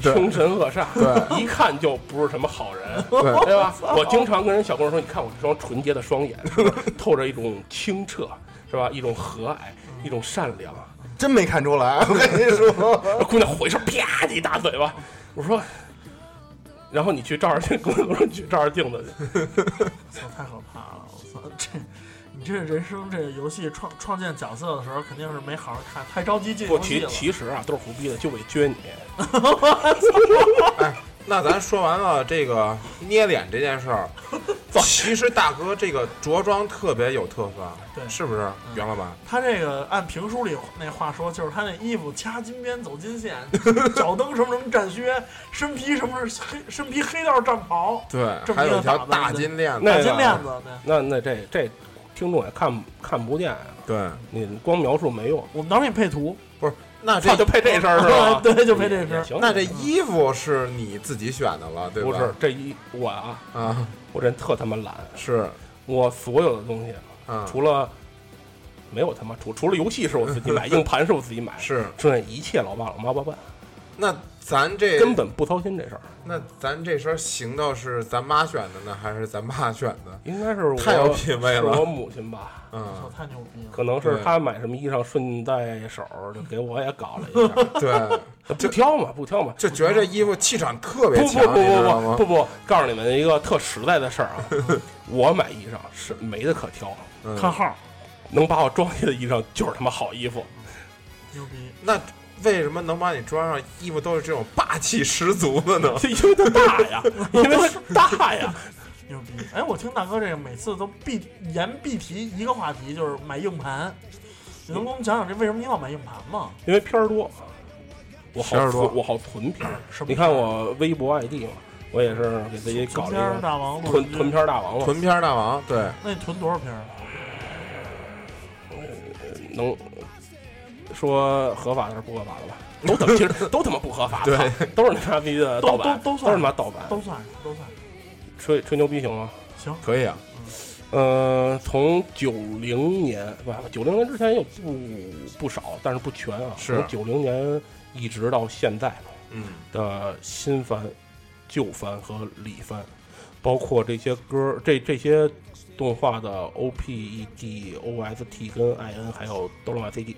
Speaker 5: 对
Speaker 3: 凶神恶煞，
Speaker 5: 对
Speaker 3: 一看就不是什么好人。
Speaker 5: 对，
Speaker 3: 对吧？我经常跟人小姑娘说，你看我这双纯洁的双眼，透着一种清澈，是吧？一种和蔼，一种善良，
Speaker 1: 真没看出来，啊我跟你 说，
Speaker 3: 姑娘回身啪你一大嘴巴，我说，然后你去照着镜，跟我说你去照着镜子去，
Speaker 2: 操，太可怕了！我操，这你这人生这游戏创创建角色的时候，肯定是没好好看，太着急进
Speaker 3: 不
Speaker 2: 游戏
Speaker 3: 其
Speaker 2: 了。
Speaker 3: 其实啊都是胡逼的，就为 撅你，
Speaker 4: 那咱说完了这个捏脸这件 事儿，其实大哥这个着装特别有特色，
Speaker 2: 对嗯
Speaker 4: 是不是袁老板？
Speaker 2: 他这个按评书里那话说，就是他那衣服掐金边走金线，脚蹬什么什么战靴，身披什么是黑身披黑道战袍，这
Speaker 4: 对，
Speaker 2: 么
Speaker 4: 还
Speaker 2: 一个
Speaker 4: 有一条
Speaker 2: 打扮
Speaker 4: 大金链子，
Speaker 3: 那
Speaker 2: 大
Speaker 3: 个
Speaker 2: 金链子。对，
Speaker 3: 那那这这听众也看看不见啊，
Speaker 4: 对，
Speaker 3: 你光描述没用，
Speaker 2: 我们当时给你配图，？
Speaker 4: 不是，那
Speaker 3: 操
Speaker 4: 这
Speaker 3: 就配这身儿是吧
Speaker 2: 对就配这身儿
Speaker 3: 也行，
Speaker 4: 那这衣服是你自己选的了，对吧？
Speaker 3: 不是这一我啊，
Speaker 4: 啊，
Speaker 3: 我这人特他妈懒，
Speaker 4: 是
Speaker 3: 我所有的东西
Speaker 4: 啊，
Speaker 3: 除了没有他妈除除了游戏是我自 己买，硬盘是我自己买，
Speaker 4: 是
Speaker 3: 剩下一切老爸老妈包办，
Speaker 4: 那咱这
Speaker 3: 根本不操心这事儿。
Speaker 4: 那咱这身行头是咱妈选的呢，还是咱爸选 的？
Speaker 3: 应该是我
Speaker 4: 太有品位了
Speaker 3: 是我母亲吧？
Speaker 2: 我操，
Speaker 4: 嗯，
Speaker 2: 太牛逼了！
Speaker 3: 可能是她买什么衣裳顺带手儿就给我也搞了一 下，
Speaker 4: 对，
Speaker 3: 不挑嘛，不挑嘛。
Speaker 4: 就觉得这衣服气场特
Speaker 3: 不
Speaker 4: 别
Speaker 3: 不
Speaker 4: 强，你知道
Speaker 3: 不不不
Speaker 4: 吗？
Speaker 3: 不不，告诉你们一个特实在的事儿 啊，我买衣裳是没得可挑，
Speaker 2: 看
Speaker 4: 嗯，
Speaker 2: 号，
Speaker 3: 能把我装进的衣裳就是他妈好衣服。
Speaker 2: 牛逼！
Speaker 4: 那为什么能把你装上衣服都是这种霸气十足的 呢？
Speaker 3: 因为它大 呀，因为它大呀，
Speaker 2: 牛逼！哎，我听大哥这个每次都必言必提一个话题，就是买硬盘。你能给我们讲讲这为什么你老买硬盘吗？
Speaker 3: 因为片儿多，我好
Speaker 4: 片儿多
Speaker 3: 存我好囤片儿
Speaker 2: 什。么
Speaker 3: 你看我微博 ID 嘛，我也是给自己搞
Speaker 2: 囤
Speaker 3: 了
Speaker 2: 片儿
Speaker 3: 一个
Speaker 2: 大王录
Speaker 3: 囤
Speaker 2: 音
Speaker 3: 囤，片儿大王嘛。
Speaker 4: 臀片大王，对，
Speaker 2: 那你囤多少片儿？
Speaker 3: 能说合法的是不合法 的吧？都他妈其实都他妈不合法，
Speaker 4: 对
Speaker 3: 操，都是他妈逼的盗版，
Speaker 2: 都都都
Speaker 3: 都
Speaker 2: 算
Speaker 3: 是他妈盗版，
Speaker 2: 都算上，都算上。
Speaker 3: 吹吹牛逼行吗？
Speaker 2: 行，
Speaker 4: 可以啊，
Speaker 3: 呃，从九零年不九零年之前有不不少，但是不全啊。
Speaker 4: 是
Speaker 3: 从九零年一直到现在
Speaker 4: 嗯，
Speaker 3: 的新番、旧番和里番，包括这些歌儿这这些动画的 O P E D O S T 跟 I N 还有哆啦 A C D，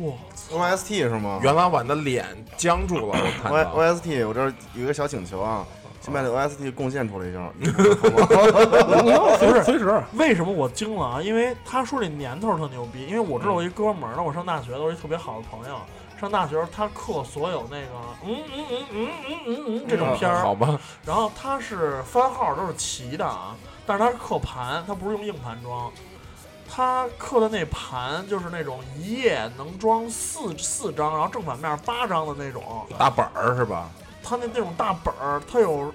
Speaker 2: 哇，
Speaker 1: OST 是吗
Speaker 4: 袁老板的脸僵住了，我看
Speaker 1: ？O
Speaker 4: 到，
Speaker 1: OST，我这儿有一个小请求啊，
Speaker 3: 哦
Speaker 1: 先把这 OST 贡献出来一 下，好吗？
Speaker 2: 哦
Speaker 3: 不是随时。
Speaker 2: 为什么我惊了啊？因为他说这年头特牛逼，因为我知道我一哥们儿，那我上大学的时候一特别好的朋友，上大学的时候他刻所有那个嗯嗯嗯嗯嗯嗯嗯这种片
Speaker 4: 好
Speaker 2: 儿，
Speaker 4: 吧，
Speaker 2: 然后他是番号都是齐的啊，但是他是刻盘，他不是用硬盘装。他刻的那盘就是那种一页能装四四张，然后正反面八张的那种。
Speaker 4: 大本儿是吧？
Speaker 2: 他那那种大本儿，他有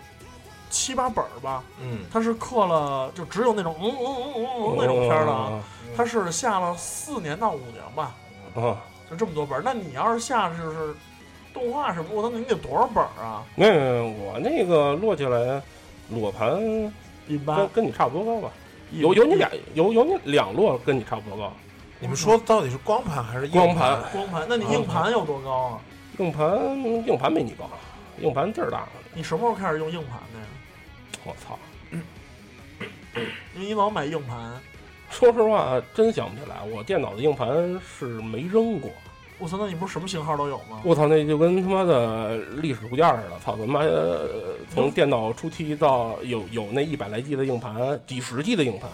Speaker 2: 七八本儿吧，
Speaker 4: 嗯，
Speaker 2: 他是刻了，就只有那种嗯嗯嗯嗯嗯那种片儿的啊，他是下了四年到五年吧，
Speaker 3: 啊，
Speaker 2: 就这么多本儿。那你要是下就是动画什么，我操，你得多少本儿啊？
Speaker 3: 那我那个摞起来裸盘
Speaker 2: 一般
Speaker 3: 跟跟你差不多高吧，
Speaker 2: 一
Speaker 3: 啊有有你俩有有你两摞跟你差不多高，
Speaker 4: 你们说到底是光盘还是硬
Speaker 3: 光盘
Speaker 2: 光盘，那你硬盘有多高啊？
Speaker 3: 硬盘硬盘没你高，啊硬盘地儿大，
Speaker 2: 你什么时候开始用硬盘的呀？
Speaker 3: 我操！
Speaker 2: 因为你老买硬盘，
Speaker 3: 说实话，真想不起来，我电脑的硬盘是没扔过。
Speaker 2: 我操，那你不是什么型号都有吗？
Speaker 3: 我操，那就跟他妈的历史物件似的，操他妈！呃从电脑初期到有有那一百来 G 的硬盘，几十 G 的硬盘，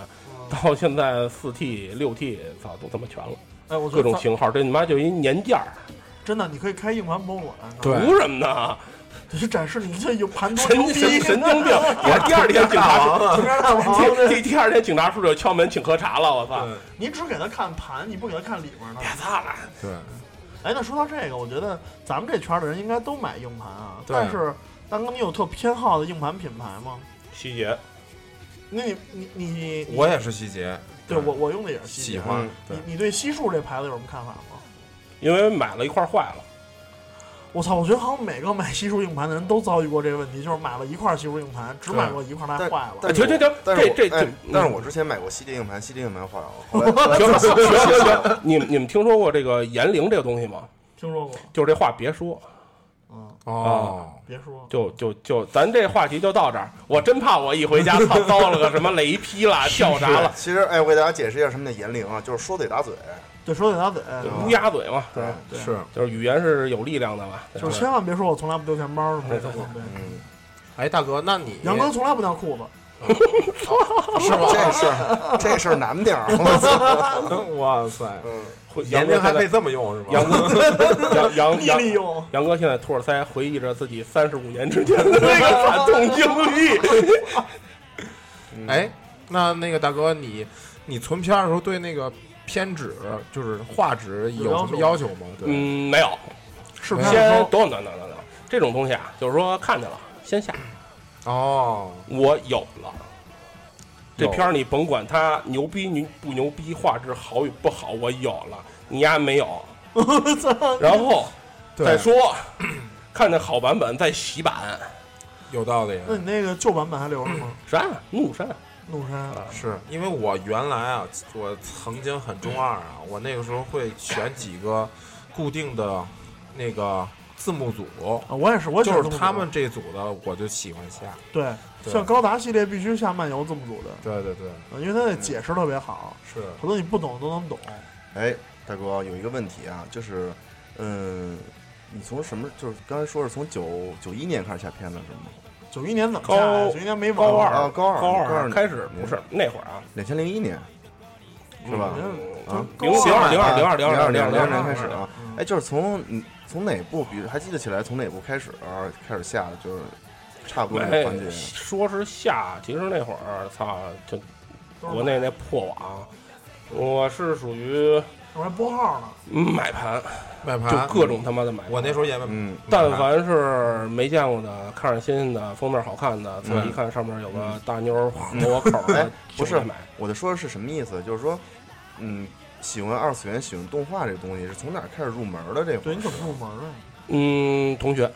Speaker 3: 到现在四 T、六 T，操都他妈全了，
Speaker 2: 哎，我觉得
Speaker 3: 各种
Speaker 2: 咱
Speaker 3: 型号，这你妈就一年鉴儿，
Speaker 2: 真的，你可以开硬盘博物馆，
Speaker 4: 对
Speaker 3: 图什么呢？
Speaker 2: 你去展示你这有盘多
Speaker 3: 神
Speaker 2: 牛
Speaker 3: 经
Speaker 2: 逼，啊
Speaker 3: 神神经病！我第二天警察
Speaker 4: 大王啊
Speaker 2: 你知道吗
Speaker 3: 第第第二天警察叔叔敲门请喝茶了，我操！
Speaker 4: 嗯
Speaker 2: 你只给他看盘，你不给他看里面呢
Speaker 3: 别。操了，
Speaker 4: 对，
Speaker 2: 哎，那说到这个，我觉得咱们这圈儿的人应该都买硬盘啊。
Speaker 4: 对
Speaker 2: 但是，大哥，你有特偏好的硬盘品牌吗？
Speaker 3: 细节
Speaker 2: 那你你你你
Speaker 4: 我也是希杰，
Speaker 2: 对我我用的也是西
Speaker 4: 喜
Speaker 2: 捷。
Speaker 4: 欢，对
Speaker 2: 你你对西数这牌子有什么看法吗？
Speaker 3: 因为买了一块儿坏了。
Speaker 2: 我操，我觉得好像每个买西数硬盘的人都遭遇过这个问题，就是买了一块西数硬盘，只买过一块它
Speaker 1: 但
Speaker 2: 坏了。
Speaker 1: 但
Speaker 3: 停停停
Speaker 1: 但是我
Speaker 3: 这这
Speaker 1: 哎
Speaker 3: 这
Speaker 1: 但是
Speaker 3: 嗯
Speaker 1: 我之前买过西街硬盘，西街硬盘坏了，后 来后来
Speaker 3: 行行行行，你们你们听说过这个言灵这个东西吗？
Speaker 2: 听说过，
Speaker 3: 就是这话别说，
Speaker 2: 嗯，
Speaker 4: 哦，
Speaker 2: 别说，
Speaker 3: 就就就咱这话题就到这儿。我真怕我一回家 操遭了个什么雷劈啦、跳闸
Speaker 1: 对
Speaker 3: 了，
Speaker 1: 其实哎，我给大家解释一下什么叫言灵啊，就是说嘴打 嘴，
Speaker 2: 对，说嘴打啊嘴，
Speaker 3: 乌鸦嘴嘛，
Speaker 2: 对对，
Speaker 4: 是，
Speaker 3: 就是语言是有力量的嘛。对吧
Speaker 2: 就是千万别说我从来不丢钱包什么的。对
Speaker 1: 嗯，
Speaker 4: 哎，大哥，那你
Speaker 2: 杨哥从来不尿裤子，
Speaker 1: 是吧？这事儿这事儿难点儿，啊我操，
Speaker 4: 哇塞，
Speaker 1: 嗯，
Speaker 3: 会杨
Speaker 4: 年
Speaker 3: 哥
Speaker 4: 龄还
Speaker 3: 现
Speaker 4: 被
Speaker 3: 在
Speaker 4: 这么用是 吧？
Speaker 3: 杨哥杨杨
Speaker 2: 逆
Speaker 3: 杨
Speaker 2: 利用。
Speaker 3: 杨哥现在托着腮回忆着自己三十五年之前的那个惨痛经历。
Speaker 4: 哎，那那个大哥，你你存片儿的时候对那个片纸就是画纸有什么要求吗？对，
Speaker 3: 嗯，没有，
Speaker 2: 是
Speaker 4: 那
Speaker 3: 先
Speaker 2: 先
Speaker 3: 等等等等等，这种东西啊，就是说看见了先下，
Speaker 4: 哦，
Speaker 3: 我有了。这
Speaker 4: 有
Speaker 3: 片儿你甭管它牛逼牛不牛逼，画质好与不好，我有了，你丫没有。 然后
Speaker 4: 对
Speaker 3: 再说， 看见好版本再洗版，
Speaker 4: 有道理，啊
Speaker 2: 那你那个旧版本还留着吗？
Speaker 3: 删怒删。
Speaker 2: 怒山
Speaker 4: 是因为我原来啊，我曾经很中二啊，我那个时候会选几个固定的那个字幕组，
Speaker 2: 啊，我也是，我也
Speaker 4: 就
Speaker 2: 这
Speaker 4: 是
Speaker 2: 么
Speaker 4: 他
Speaker 2: 觉得
Speaker 4: 们这组的，我就喜欢下。
Speaker 2: 对，
Speaker 4: 对
Speaker 2: 像高达系列必须下漫游字幕组的，
Speaker 4: 对对对，
Speaker 2: 呃因为它的解释特别好，
Speaker 4: 是
Speaker 2: 好多你不懂都能懂。
Speaker 1: 哎，大哥有一个问题啊，就是，嗯，你从什么就是刚才说是从九九一年开始下片子是吗？
Speaker 2: 九一年怎么下来？
Speaker 3: 高
Speaker 2: 九一年没网
Speaker 3: 高二
Speaker 1: 啊高二
Speaker 3: 高
Speaker 1: 高二
Speaker 3: 开始
Speaker 1: 嗯
Speaker 3: 不是那会儿啊，
Speaker 1: 两千零一年是吧？啊
Speaker 2: 零
Speaker 3: 零二嗯零二零二
Speaker 1: 零
Speaker 3: 零二
Speaker 1: 零
Speaker 3: 零
Speaker 1: 零
Speaker 3: 二
Speaker 1: 二年开始啊
Speaker 2: 嗯，
Speaker 1: 哎，就是从你从哪部，比如还记得起来从哪部开始啊开始下的，就是差不多这
Speaker 3: 哎
Speaker 1: 个环节，，啊
Speaker 3: 说是下，其实那会儿操，就国内那破网，我是属于
Speaker 2: 我还拨号呢，
Speaker 3: 买盘，
Speaker 4: 卖盘，嗯
Speaker 3: 就各种他妈的买盘。
Speaker 4: 我那时候也买
Speaker 1: 嗯，
Speaker 3: 但凡是没见过的，看着新鲜的，封面好看的，操！
Speaker 1: 嗯
Speaker 3: 一看上面有个大妞儿合 我口儿的
Speaker 1: 哎，不是
Speaker 3: 就买。
Speaker 1: 我的说的是什么意思？就是说，嗯，喜欢二次元、喜欢动画这个东西是从哪儿开始入门的？这会
Speaker 2: 对，
Speaker 1: 儿
Speaker 2: 你怎么入门的？
Speaker 3: 嗯，同学，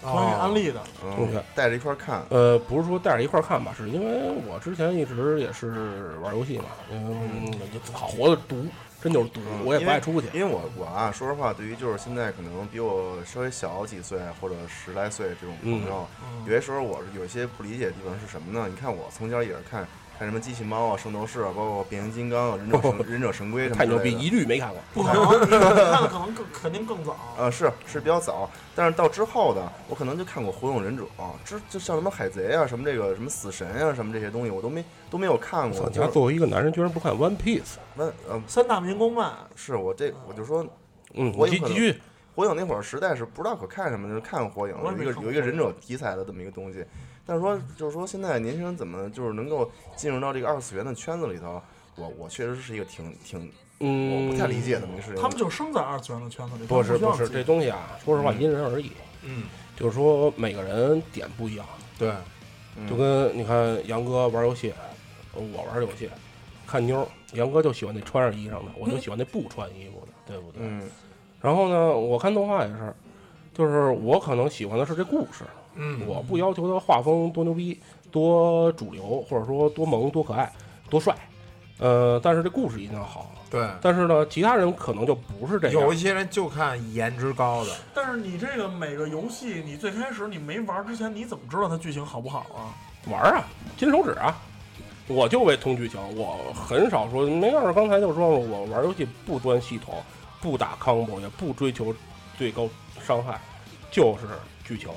Speaker 2: 关于安利的，
Speaker 1: 嗯
Speaker 3: 同学
Speaker 1: 带着一块儿看，
Speaker 3: 呃，不是说带着一块儿看吧，是因为我之前一直也是玩游戏嘛，嗯，就好活的毒，真就是毒，
Speaker 1: 嗯
Speaker 3: 我也不爱出去。
Speaker 1: 因为我我啊，说实话，对于就是现在可能比我稍微小几岁或者十来岁这种朋友，
Speaker 2: 嗯
Speaker 1: 有些时候我是有一些不理解的地方是什么呢？你看我从小也是看看什么机器猫啊、圣斗士啊，包括变形金刚啊、忍 者神忍者神龟什么
Speaker 3: 太牛
Speaker 1: 之类
Speaker 3: 逼，
Speaker 1: 的
Speaker 3: 一律没看过。
Speaker 2: 不可能，你看的可能更肯定更早。
Speaker 1: 呃，是是比较早，但是到之后的，我可能就看过《火影忍者》之就像什么海贼啊、什么这个什么死神啊、什么这些东西，我都没都没有看
Speaker 3: 操
Speaker 1: 过。
Speaker 3: 你
Speaker 1: 就
Speaker 3: 还
Speaker 1: 是
Speaker 3: 啊作为一个男人，居然不看 One Piece？
Speaker 1: 那呃，
Speaker 2: 三大民工漫，
Speaker 1: 是我这我就说，
Speaker 3: 嗯，
Speaker 1: 我
Speaker 3: 继
Speaker 1: 有可能
Speaker 3: 继续。
Speaker 1: 火影那会儿实在是不知道可看什么，就是看火影
Speaker 2: 我
Speaker 1: 有
Speaker 2: 也
Speaker 1: 一
Speaker 2: 没
Speaker 1: 个
Speaker 2: 看
Speaker 1: 有一个
Speaker 2: 火影
Speaker 1: 忍者题材的这么一个东西。但是说就是说现在年轻人怎么就是能够进入到这个二次元的圈子里头，我我确实是一个挺挺
Speaker 3: 嗯，
Speaker 1: 我不太理解的一个事情。
Speaker 2: 他们就生在二次元的圈子里，
Speaker 3: 不
Speaker 2: 他
Speaker 3: 是
Speaker 2: 们需要
Speaker 3: 不是，
Speaker 2: 自己
Speaker 3: 这东西啊，说实话，
Speaker 1: 嗯
Speaker 3: 因人而异。
Speaker 4: 嗯，
Speaker 3: 就是说每个人点不一样，
Speaker 4: 对，
Speaker 1: 嗯
Speaker 3: 就跟你看杨哥玩游戏，我玩游戏，看妞儿，杨哥就喜欢那穿上衣裳的，我就喜欢那不穿衣服的，对不对？
Speaker 1: 嗯
Speaker 3: 然后呢，我看动画也是，就是我可能喜欢的是这故事，
Speaker 4: 嗯，
Speaker 3: 我不要求他画风多牛逼、多主流，或者说多萌、多可爱、多帅，呃，但是这故事一定要好。
Speaker 4: 对，
Speaker 3: 但是呢，其他人可能就不是这样。
Speaker 4: 有一些人就看颜值高的，
Speaker 2: 但是你这个每个游戏，你最开始你没玩之前，你怎么知道它剧情好不好啊？
Speaker 3: 玩儿啊，金手指啊，我就为通剧情，我很少说。那要是刚才就说了，我玩游戏不端系统，不打 combo，也不追求最高伤害，就是剧情。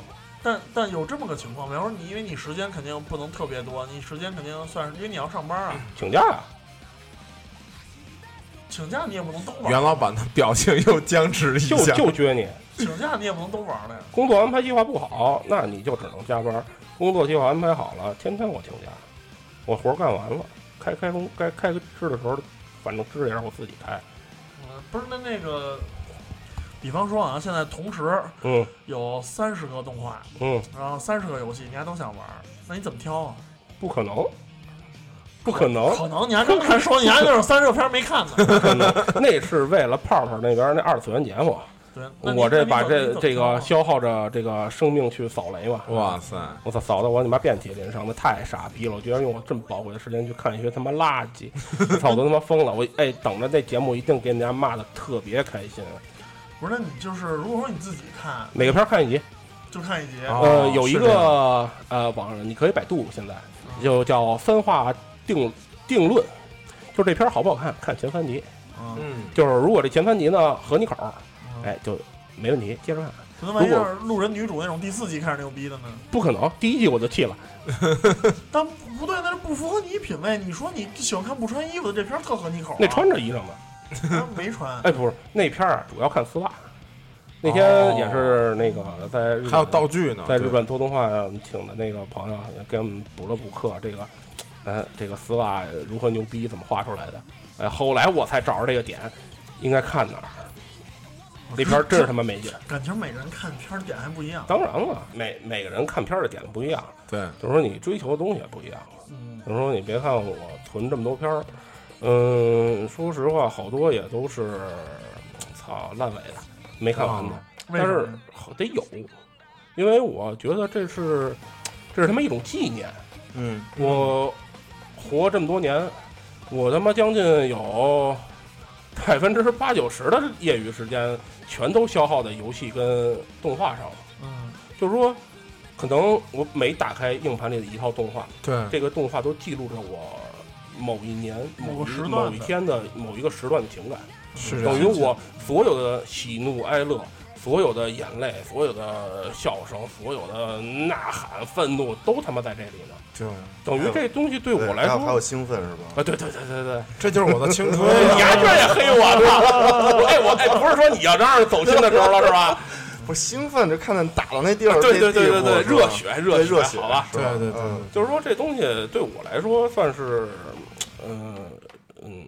Speaker 2: 但但有这么个情况，比方说你，因为你时间肯定不能特别多，你时间肯定算是，因为你要上班啊，
Speaker 3: 请假啊，
Speaker 2: 请假你也不能都 玩，
Speaker 4: 袁老板的表情又僵持一
Speaker 3: 就
Speaker 4: 下，
Speaker 3: 就撅你。
Speaker 2: 请假你也不能都玩了呀。
Speaker 3: 工作安排计划不好，那你就只能加班。工作计划安排好了，天天我请假，我活儿干完了，开开工该开支的时候，反正支也让我自己开。
Speaker 2: 嗯不是那那个，比方说啊，现在同时
Speaker 3: 嗯
Speaker 2: 有三十个动画，
Speaker 3: 嗯，
Speaker 2: 然后三十个游戏，你还都想玩，那你怎么挑啊？
Speaker 3: 不可能，不可能。
Speaker 2: 可能你还刚才说你还有三十个片儿没看呢，
Speaker 3: 可能那是为了泡泡那边那二次元节目，
Speaker 2: 对， 那你
Speaker 3: 我这
Speaker 2: 那你
Speaker 3: 把
Speaker 2: 怎么你
Speaker 3: 这
Speaker 2: 怎么
Speaker 3: 这
Speaker 2: 挑啊
Speaker 3: 个消耗着这个生命去扫雷嘛。
Speaker 4: 哇塞，
Speaker 3: 我操，扫的我你妈遍体鳞伤，那太傻逼了！我居然用我这么宝贵的时间去看一些他妈垃圾，操，我都他妈疯了！我哎，等着那节目一定给人家骂的特别开心。啊
Speaker 2: 不是，那你就是如果说你自己看，
Speaker 3: 每个片儿看一集，
Speaker 2: 就看一集，
Speaker 4: 哦
Speaker 3: 呃，有一
Speaker 4: 是这样
Speaker 3: 个呃网上你可以百度现在就叫分化定定论，就这片儿好不好看，看前三集。
Speaker 2: 嗯，
Speaker 4: 嗯，
Speaker 3: 就是如果这前三集呢合你口
Speaker 4: 哦
Speaker 3: 儿，
Speaker 2: 嗯
Speaker 3: 哎，就没问题，接着看。
Speaker 2: 可能万一要是路人女主那种第四集开始牛逼的呢？
Speaker 3: 不可能，第一季我就气了。
Speaker 2: 但不对，那是不符合你品味。你说你喜欢看不穿衣服的这片儿特合你口、啊，
Speaker 3: 那穿着衣裳呢？
Speaker 2: 他没穿，
Speaker 3: 哎，不是，那片儿啊主要看丝袜。那天也是那个在日本
Speaker 4: 哦还有道具呢，
Speaker 3: 在日本做动画请的那个朋友也给我们补了补课，这个，呃，这个丝袜如何牛逼，怎么画出来的？哎，后来我才找着这个点，应该看哪儿？那片儿真是他妈没劲。
Speaker 2: 感情每个人看片儿点还不一样。
Speaker 3: 当然了，每每个人看片儿的点不一样，
Speaker 4: 对，
Speaker 3: 就是说你追求的东西也不一样。
Speaker 2: 嗯，
Speaker 3: 就是说你别看我囤这么多片儿，嗯，说实话，好多也都是操烂尾的，没看完的。
Speaker 4: 啊
Speaker 2: 为
Speaker 3: 但
Speaker 2: 什
Speaker 3: 是
Speaker 2: 么？
Speaker 3: 好得有，因为我觉得这是这是他妈一种纪念。
Speaker 1: 嗯，
Speaker 3: 我活这么多年，我他妈将近有百分之八九十的业余时间全都消耗在游戏跟动画上了。
Speaker 2: 嗯，
Speaker 3: 就是说，可能我每打开硬盘里的一套动画，
Speaker 4: 对，
Speaker 3: 这个动画都记录着我某一年、
Speaker 2: 某
Speaker 3: 某
Speaker 2: 个
Speaker 3: 一
Speaker 2: 时段的啊
Speaker 3: 某一天的某一个时段的情感，
Speaker 4: 是这样
Speaker 3: 等于我所有的喜怒哀乐、所有的眼泪、所有的笑声、所有的呐喊、愤怒，都他妈在这里呢。
Speaker 4: 对，
Speaker 3: 等于这东西对我来
Speaker 1: 还有还有
Speaker 3: 说。
Speaker 1: 兴奋是吧？
Speaker 3: 啊，对对对对对，
Speaker 4: 这就是我的 青春
Speaker 3: 你还
Speaker 4: 呀，
Speaker 3: 这也黑我呢？ 哎，我哎，不是说你要这样走心的时候了是吧？
Speaker 1: 不是兴奋，就看看打到那地儿，
Speaker 3: 啊对对对对
Speaker 1: 这
Speaker 3: 对，
Speaker 1: 地步是吧
Speaker 3: 热血
Speaker 1: 对
Speaker 3: 热
Speaker 1: 热
Speaker 3: 血，好吧，
Speaker 4: 对对对
Speaker 1: 嗯
Speaker 3: 就是说这东西对我来说算是，呃，嗯，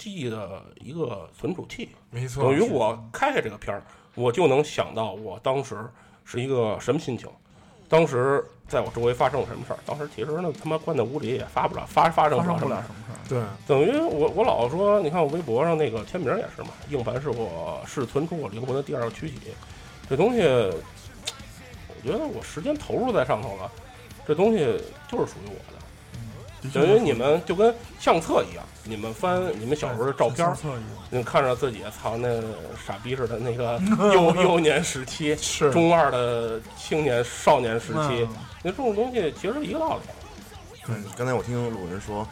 Speaker 3: 记忆的一个存储器，
Speaker 4: 没错，
Speaker 3: 等于我开开这个片儿，我就能想到我当时是一个什么心情，当时在我周围发生了什么事儿，当时其实呢他妈关在屋里也发不了发发生
Speaker 2: 发
Speaker 3: 不
Speaker 2: 生不
Speaker 3: 了什么事
Speaker 2: 了
Speaker 3: 儿，
Speaker 2: 什么事儿。
Speaker 4: 对，
Speaker 3: 等于我我老说，你看我微博上那个签名也是嘛，硬盘是我是存储我灵魂的第二个躯体，这东西，我觉得我时间投入在上头了，这东西就是属于我的。
Speaker 2: 的确
Speaker 3: 等于你们就跟相册一样，你们翻你们小时候的照片
Speaker 2: 相，册一样
Speaker 3: 你们看着自己藏那傻逼似的那个幼幼年时期、
Speaker 4: 是
Speaker 3: 中二的青年少年时期
Speaker 2: 嗯，
Speaker 3: 那这种东西其实一个道理。
Speaker 1: 嗯，刚才我听鲁人说，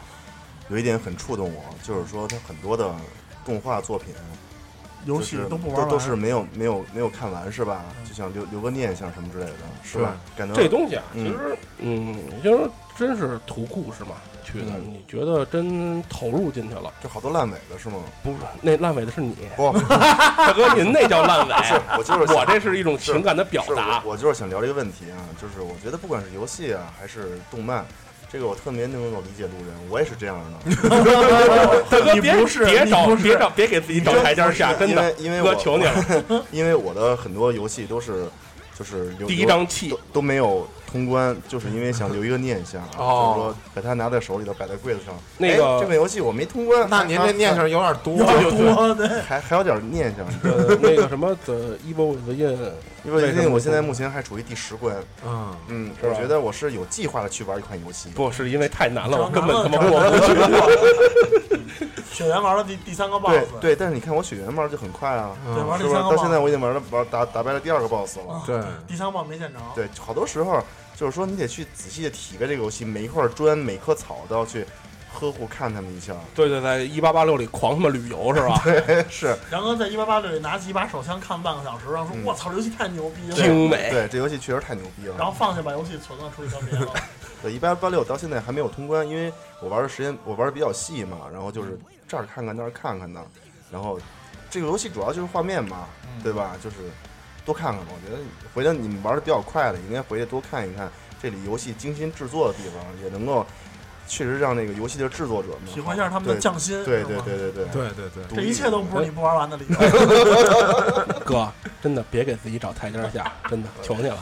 Speaker 1: 有一点很触动我，就是说他很多的动画作品，
Speaker 2: 游戏
Speaker 1: 就是
Speaker 2: 都不玩
Speaker 1: 都
Speaker 2: 完
Speaker 1: 都是没有没有没有看完是吧？就像留留个念想什么之类的，嗯是吧？感觉
Speaker 3: 这东西啊，
Speaker 1: 嗯
Speaker 3: 其实，嗯，其实真是图故事嘛，去的。
Speaker 1: 嗯
Speaker 3: 你觉得真投入进去了，
Speaker 1: 就好多烂尾的是吗？
Speaker 3: 不是那烂尾的是你，
Speaker 1: 不，不是
Speaker 3: 大哥，您那叫烂尾。
Speaker 1: 我就是
Speaker 3: 我这是一种情感的表
Speaker 1: 是我
Speaker 3: 达，
Speaker 1: 我就是想聊这个问题啊，就是我觉得不管是游戏啊还是动漫，这个我特别能够理解路人，我也是这样的。
Speaker 3: 大哥
Speaker 2: 你
Speaker 3: 别
Speaker 2: 不是
Speaker 3: 别
Speaker 2: 你
Speaker 3: 找
Speaker 2: 不是
Speaker 3: 别找别给自己找台阶下， 真
Speaker 1: 因
Speaker 3: 的
Speaker 1: 为，因为
Speaker 3: 哥
Speaker 1: 我
Speaker 3: 求你了，
Speaker 1: 因为我的很多游戏都是就是有
Speaker 3: 第一张气
Speaker 1: 都都没有通关，就是因为想留一个念想啊，
Speaker 4: 哦
Speaker 1: 就是说把它拿在手里头，摆在柜子上。
Speaker 3: 那个
Speaker 1: 哎这个游戏我没通关，
Speaker 4: 那您这念想有点多，
Speaker 2: 有点多对。
Speaker 1: 还还有点念 想。
Speaker 3: 呃，那个什么的 Evil Within，
Speaker 1: 因为
Speaker 3: 为什么
Speaker 1: 我现在目前还处于第十关，
Speaker 4: 嗯，
Speaker 1: 嗯，
Speaker 3: 是吧
Speaker 1: 我觉得我是有计划的去玩一款游戏。
Speaker 3: 不是因为太难了，我根
Speaker 2: 长难
Speaker 3: 本他妈
Speaker 2: 了
Speaker 3: 过不去。
Speaker 2: 雪原玩了第第三个 boss，
Speaker 1: 对对，但是你看我血缘玩就很快啊，
Speaker 2: 对玩
Speaker 1: 是
Speaker 2: 第
Speaker 1: 不是？
Speaker 2: 三
Speaker 1: 到
Speaker 2: 个 boss，
Speaker 1: 现在我已经玩了玩打打败了第二个 boss 了。
Speaker 2: 啊
Speaker 4: 对，
Speaker 2: 第三个 boss 没见着，
Speaker 1: 对，好多时候就是说你得去仔细的体味这个游戏，每一块砖、每棵草都要去呵护看他们一下。
Speaker 3: 对对，在一八八六里狂他妈旅游是吧？
Speaker 1: 是，
Speaker 2: 然后在一八八六里拿起一把手枪看半个小时，然后说
Speaker 1: 嗯
Speaker 2: 我操，这游戏太牛逼了，
Speaker 3: 精美，
Speaker 1: 对，这游戏确实太牛逼
Speaker 2: 然后
Speaker 1: 了。
Speaker 2: 放下把游戏存了，出去干别的了。
Speaker 1: 对，一八八六到现在还没有通关，因为我玩的时间我玩的比较细嘛，然后就是这儿看看那儿看看的，然后这个游戏主要就是画面嘛，
Speaker 2: 嗯
Speaker 1: 对吧？就是多看看吧。我觉得回头你们玩的比较快的，应该回去多看一看这里游戏精心制作的地方，也能够确实让那个游戏的制作者们
Speaker 2: 体会一下他们的
Speaker 1: 对
Speaker 2: 匠心
Speaker 1: 对
Speaker 2: 是
Speaker 1: 对
Speaker 2: 吗
Speaker 1: 对对对，
Speaker 4: 对对对，
Speaker 1: 独
Speaker 2: 这
Speaker 1: 立
Speaker 2: 一切都不是你不玩完的理由。
Speaker 3: 哥，真的别给自己找台阶下，真的求你了。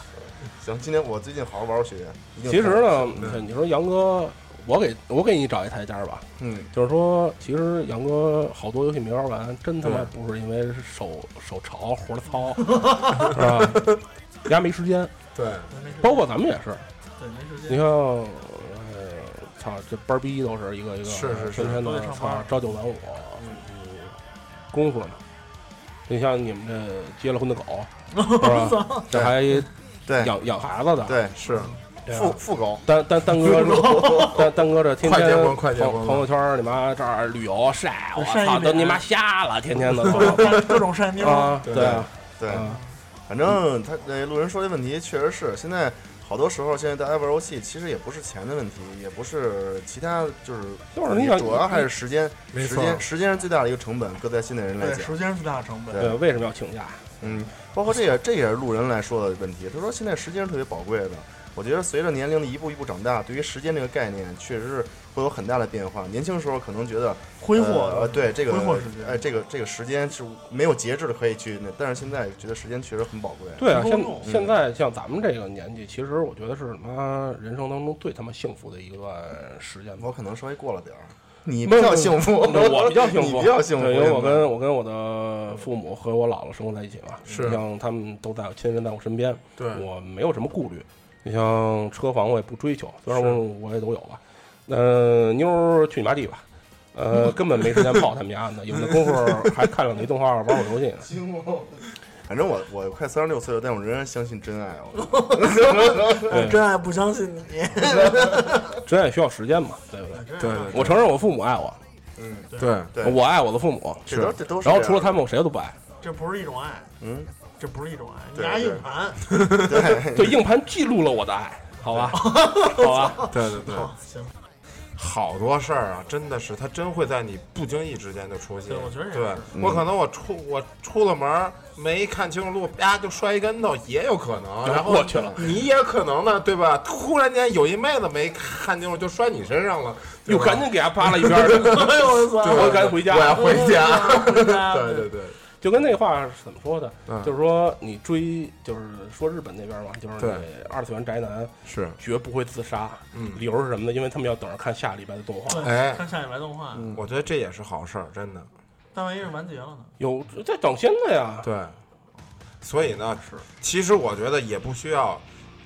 Speaker 1: 行，今天我最近好好玩玩雪原。一定
Speaker 3: 其实
Speaker 1: 看，
Speaker 3: 呢，你说杨哥，我给我给你找一台阶儿吧，
Speaker 1: 嗯，
Speaker 3: 就是说，其实杨哥好多游戏没玩完，真他妈
Speaker 4: 嗯
Speaker 3: 不是因为手手潮活儿糙， 是吧？压没时间，
Speaker 4: 对，
Speaker 2: 没事
Speaker 3: 包括咱们也是。
Speaker 2: 对没时
Speaker 3: 你
Speaker 2: 间，
Speaker 3: 像，呃，操，这班儿逼都是一个一个，
Speaker 4: 是是是
Speaker 3: 天天
Speaker 2: 都
Speaker 3: 的
Speaker 2: 得上班嗯
Speaker 3: 操朝九晚五，嗯功夫呢。你像你们这结了婚 的狗，是吧？这还
Speaker 1: 对
Speaker 3: 养养孩子的，
Speaker 1: 对是
Speaker 3: 对吧
Speaker 1: 副副狗，
Speaker 3: 丹丹丹 哥，丹丹哥这天
Speaker 4: 快结婚
Speaker 3: 天
Speaker 4: 快结婚
Speaker 3: 朋朋友圈你妈这儿旅游晒，我
Speaker 2: 晒一
Speaker 3: 操，
Speaker 2: 脸
Speaker 3: 都你妈瞎了，天 天的
Speaker 2: 各种晒妞
Speaker 3: 都啊，对啊，
Speaker 1: 对，
Speaker 3: 啊
Speaker 1: 反正他那路人说这问题确实是，现在好多时候现在大家玩游戏其实也不是钱的问题，也不是其他就是
Speaker 3: 就是你想
Speaker 1: 主要还是时间，
Speaker 4: 没
Speaker 1: 时
Speaker 4: 错
Speaker 1: 间时间是最大的一个成本，搁在现代人来
Speaker 2: 对，
Speaker 1: 讲，
Speaker 2: 时间是最大的成本。
Speaker 1: 对
Speaker 3: 对，为什么要请假？
Speaker 1: 嗯，包括这也这也是路人来说的问题，他说现在时间是特别宝贵的。我觉得随着年龄的一步一步长大，对于时间这个概念确实是会有很大的变化。年轻时候可能觉得
Speaker 2: 挥霍
Speaker 1: 呃，对这个
Speaker 2: 挥霍时间
Speaker 1: 哎，这个这个时间是没有节制的可以去那，但是现在觉得时间确实很宝贵。
Speaker 3: 对啊，
Speaker 2: 提供
Speaker 3: 现
Speaker 2: 用
Speaker 3: 现在像咱们这个年纪，其实我觉得是他妈人生当中最他妈幸福的一段时间吧
Speaker 1: 我。可能稍微过了点儿，你比
Speaker 3: 没有
Speaker 1: 较幸福，
Speaker 3: 那我比较幸 福，
Speaker 1: 你比较幸福，
Speaker 3: 对因为我跟我跟我的父母和我姥姥生活在一起嘛，
Speaker 4: 是
Speaker 3: 像他们都在我亲人在我身边，
Speaker 4: 对
Speaker 3: 我没有什么顾虑。你像车房我也不追求，虽然
Speaker 4: 是
Speaker 3: 我我也都有吧。呃，妞儿去你妈地吧，呃，根本没时间泡他们家呢，有那功夫还看两集动画玩会儿游戏呢。
Speaker 1: 反正我我快三十六岁了，但我仍然相信真爱。啊我
Speaker 3: 对
Speaker 2: 真爱不相信你，
Speaker 3: 真爱需要时间嘛，对不对？
Speaker 2: 对
Speaker 4: 对
Speaker 3: 我承认我父母爱我，
Speaker 4: 对
Speaker 1: 对
Speaker 3: 我爱我的父母，
Speaker 1: 这都这都是
Speaker 3: 然
Speaker 1: 这
Speaker 3: 后
Speaker 1: 样
Speaker 3: 除了他们，我谁都不爱。
Speaker 2: 这不是一种爱，
Speaker 1: 嗯，
Speaker 2: 这不是一种爱，你
Speaker 1: 对
Speaker 2: 拿
Speaker 1: 对
Speaker 2: 硬盘，
Speaker 1: 对，
Speaker 3: 对，硬盘记录了我的爱，好 吧，好吧，
Speaker 4: 对对对，
Speaker 2: 行，
Speaker 4: 好多事儿啊，真的是他真会在你不经意之间就出现。
Speaker 2: 对我觉得也是
Speaker 4: 对
Speaker 3: 嗯
Speaker 4: 我可能我出我出了门儿没看清路，啪就摔一跟头也有可能，然后
Speaker 3: 过去了
Speaker 4: 你也可能呢，对吧？突然间有一妹子没看清楚就摔你身上了，对
Speaker 3: 又
Speaker 4: 吧
Speaker 3: 赶紧给他扒拉一边儿去，
Speaker 2: 哎呦我操
Speaker 4: 对，
Speaker 3: 我赶紧回家
Speaker 4: 我要回家。
Speaker 2: 嗯回家
Speaker 4: 对对对，
Speaker 3: 就跟那话是怎么说的？
Speaker 4: 嗯
Speaker 3: 就是说你追，就是说日本那边嘛，就是
Speaker 4: 对
Speaker 3: 你二次元宅男
Speaker 4: 是，
Speaker 3: 绝不会自杀。
Speaker 4: 嗯
Speaker 3: 理由是什么呢？因为他们要等着看下礼拜的动画。
Speaker 2: 嗯
Speaker 4: 哎
Speaker 2: 看下一白动画，
Speaker 3: 嗯
Speaker 4: 我觉得这也是好事儿，真的。
Speaker 2: 但万一是完结了呢？
Speaker 3: 有在等现在呀，
Speaker 4: 对，所以呢，其实我觉得也不需要，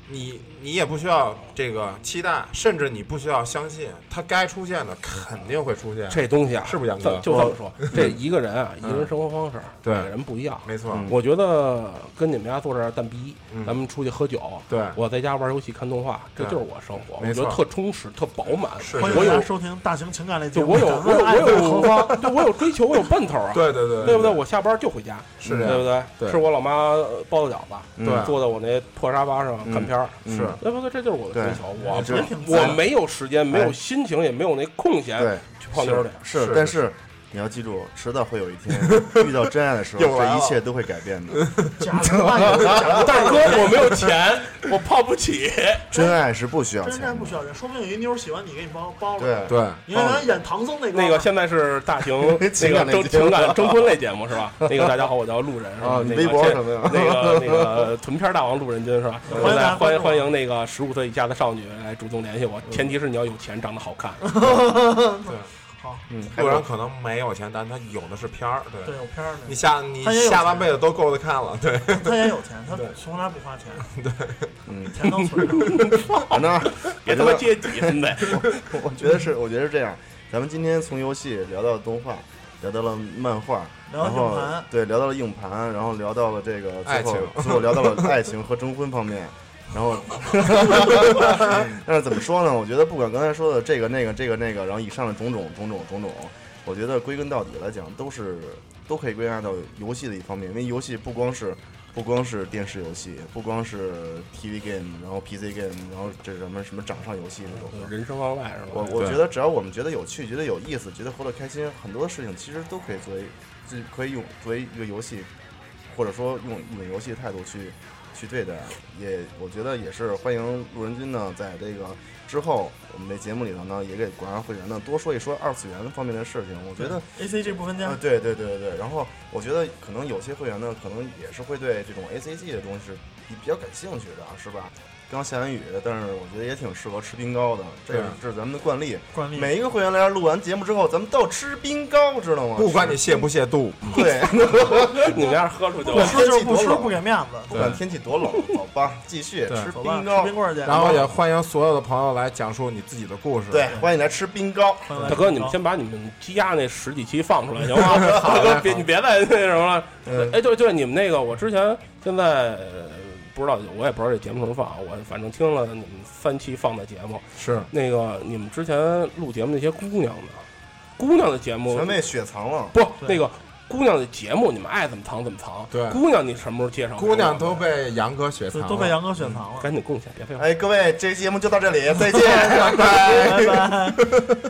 Speaker 4: 你你也不需要这个期待，甚至你不需要相信，它该出现的肯定会出现。
Speaker 3: 这东西啊，
Speaker 4: 是不是杨哥
Speaker 3: 咱就这么说，这一个人啊，一个人生活方式，
Speaker 4: 对
Speaker 3: 每个人不一样。
Speaker 4: 没错，
Speaker 1: 嗯
Speaker 3: 我觉得跟你们家坐这儿蛋逼
Speaker 4: 嗯，
Speaker 3: 咱们出去喝酒，
Speaker 4: 对
Speaker 3: 我在家玩游戏看动画，这
Speaker 4: 对
Speaker 3: 就是我生活，
Speaker 4: 没
Speaker 3: 我觉得
Speaker 4: 错
Speaker 3: 特充实、特饱满。
Speaker 4: 是
Speaker 2: 欢迎
Speaker 3: 我
Speaker 2: 大家
Speaker 3: 有，
Speaker 2: 收听大型情感 类节
Speaker 3: 就
Speaker 2: 目。
Speaker 3: 我有，
Speaker 2: 感
Speaker 3: 我
Speaker 2: 恩
Speaker 3: 有，
Speaker 2: 爱
Speaker 3: 我
Speaker 2: 在
Speaker 3: 有
Speaker 2: 何方？
Speaker 3: 对我有追求，我有奔头啊。
Speaker 4: 对对对，
Speaker 3: 对不对？我下班就回家，
Speaker 4: 是这样
Speaker 3: 对不对？
Speaker 4: 对嗯
Speaker 3: 吃我老妈呃包子饺子，
Speaker 4: 对
Speaker 3: 坐在我那破沙发上看片儿，
Speaker 1: 嗯
Speaker 4: 是
Speaker 3: 对不对？这就是我的追求。
Speaker 1: 对
Speaker 3: 我
Speaker 1: 这
Speaker 2: 也挺
Speaker 4: 哎
Speaker 3: 我没有时间，没有心情，也没有那空闲
Speaker 1: 对
Speaker 3: 去泡妞去。
Speaker 1: 是
Speaker 4: 是
Speaker 1: 但是你要记住，迟早会有一天遇到真爱的时候，
Speaker 4: 又来
Speaker 1: 这
Speaker 4: 了
Speaker 1: 一切都会改变的。
Speaker 2: 假如万有 假如
Speaker 3: 但是哥，啊我没有钱，我泡不起。
Speaker 1: 真爱是不需要
Speaker 2: 真
Speaker 1: 钱
Speaker 2: 的不
Speaker 1: 的
Speaker 2: 需。要人，说不定有一妞喜欢你，给你包包了。
Speaker 1: 对，
Speaker 4: 对，
Speaker 2: 你看咱演唐僧那个，
Speaker 3: 那个现在是大型 那
Speaker 1: 情感
Speaker 3: 个
Speaker 1: 类
Speaker 3: 征
Speaker 1: 节目
Speaker 3: 情感征婚类节目是吧？那个大家好，我叫路人是吧
Speaker 1: 啊？你
Speaker 3: 那
Speaker 1: 微
Speaker 3: 个
Speaker 1: 博
Speaker 3: 现
Speaker 1: 什么呀
Speaker 3: 那个那个臀片大王路人君是吧？
Speaker 2: 嗯
Speaker 3: 现在
Speaker 2: 欢
Speaker 3: 欢
Speaker 2: 迎
Speaker 3: 迎
Speaker 2: 欢
Speaker 3: 欢
Speaker 2: 迎
Speaker 3: 迎那个十五岁以下的少女来主动联系我，前提是你要有钱，长得好 看。
Speaker 1: 嗯，还
Speaker 4: 路人
Speaker 1: 有
Speaker 4: 可能没有钱，但他有的是片儿。
Speaker 2: 对，有片儿
Speaker 4: 你
Speaker 2: 呢。
Speaker 4: 下你
Speaker 2: 他也有
Speaker 4: 下半
Speaker 2: 钱
Speaker 4: 辈子都够得看了。对，
Speaker 2: 他也有钱，他
Speaker 4: 对
Speaker 2: 从来不花钱，
Speaker 1: 嗯，
Speaker 2: 钱都存着。
Speaker 1: 反正
Speaker 3: 别他妈接底，真的。
Speaker 1: 我我觉得是，我觉得是这样。咱们今天从游戏聊到动画，聊到了漫画，
Speaker 2: 聊到
Speaker 1: 然后
Speaker 2: 硬盘
Speaker 1: 对，聊到了硬盘，然后聊到了这个最
Speaker 4: 爱
Speaker 1: 后
Speaker 4: 情
Speaker 1: 最后聊到了爱情和征婚方面。然 后，但是怎么说呢？我觉得不管刚才说的这个、那个、这个、那个，然后以上的种种、种种、种种，我觉得归根到底来讲，都是都可以归纳到游戏的一方面，因为游戏不光是不光是电视游戏，不光是 TV game，然后 PC game，然后这什么什么掌上游戏那种，
Speaker 3: 人生往外是吧？
Speaker 1: 我我
Speaker 4: 对
Speaker 1: 觉得只要我们觉得有趣、觉得有意思、觉得活得开心，很多事情其实都可以作为自己可以用作为一个游戏，或者说用一种游戏的态度去去对待。也我觉得也是欢迎路人君呢，在这个之后我们这节目里头呢，也给广大会员呢多说一说二次元方面的事情。我觉得
Speaker 2: A C G 不分家
Speaker 1: 啊，，对对对对对。然后我觉得可能有些会员呢，可能也是会对这种 A C G 的东西是比比较感兴趣的，是吧？刚下完雨，但是我觉得也挺适合吃冰糕的，这是
Speaker 4: 对
Speaker 1: 这是咱们的惯例。
Speaker 2: 惯例
Speaker 1: 每一个会员来这儿录完节目之后，咱们都吃冰糕，知道吗？
Speaker 4: 不 管你亵不亵渎，
Speaker 1: 对，
Speaker 3: 你们要是喝出 去
Speaker 2: 不
Speaker 3: 了，
Speaker 2: 吃就是不吃，不给面
Speaker 1: 不
Speaker 2: 子。
Speaker 1: 管天气多冷，走吧，继续
Speaker 4: 对
Speaker 1: 吃
Speaker 2: 走吧，
Speaker 1: 冰
Speaker 2: 吃
Speaker 1: 糕
Speaker 2: 冰。棍儿去。
Speaker 4: 然后也欢迎所有的朋友来讲述你自己的故事。
Speaker 1: 对，欢迎来吃冰糕。
Speaker 2: 欢迎来
Speaker 3: 大哥，
Speaker 2: 吃
Speaker 3: 你们
Speaker 2: 糕
Speaker 3: 先把你们积压那十几期放出来行吗？ 大哥，别你别再那什么了。
Speaker 1: 嗯
Speaker 3: 哎，对对，你们那个，我之前现在呃不知道，我也不知道这节目什么放，啊我反正听了你们三期放的节目，
Speaker 4: 是
Speaker 3: 那个你们之前录节目那些姑娘的，姑娘的节目
Speaker 1: 全被雪藏了。
Speaker 3: 不
Speaker 2: 对
Speaker 3: 那个姑娘的节目，你们爱怎么藏怎么藏。
Speaker 4: 对
Speaker 3: 姑娘你什么时候介绍？
Speaker 4: 姑娘都被杨哥雪藏
Speaker 2: 对
Speaker 4: 了，
Speaker 2: 都被杨哥选藏了。
Speaker 3: 赶紧贡献，别废话。
Speaker 1: 哎，各位，这期节目就到这里，再见，拜拜。
Speaker 2: 拜拜。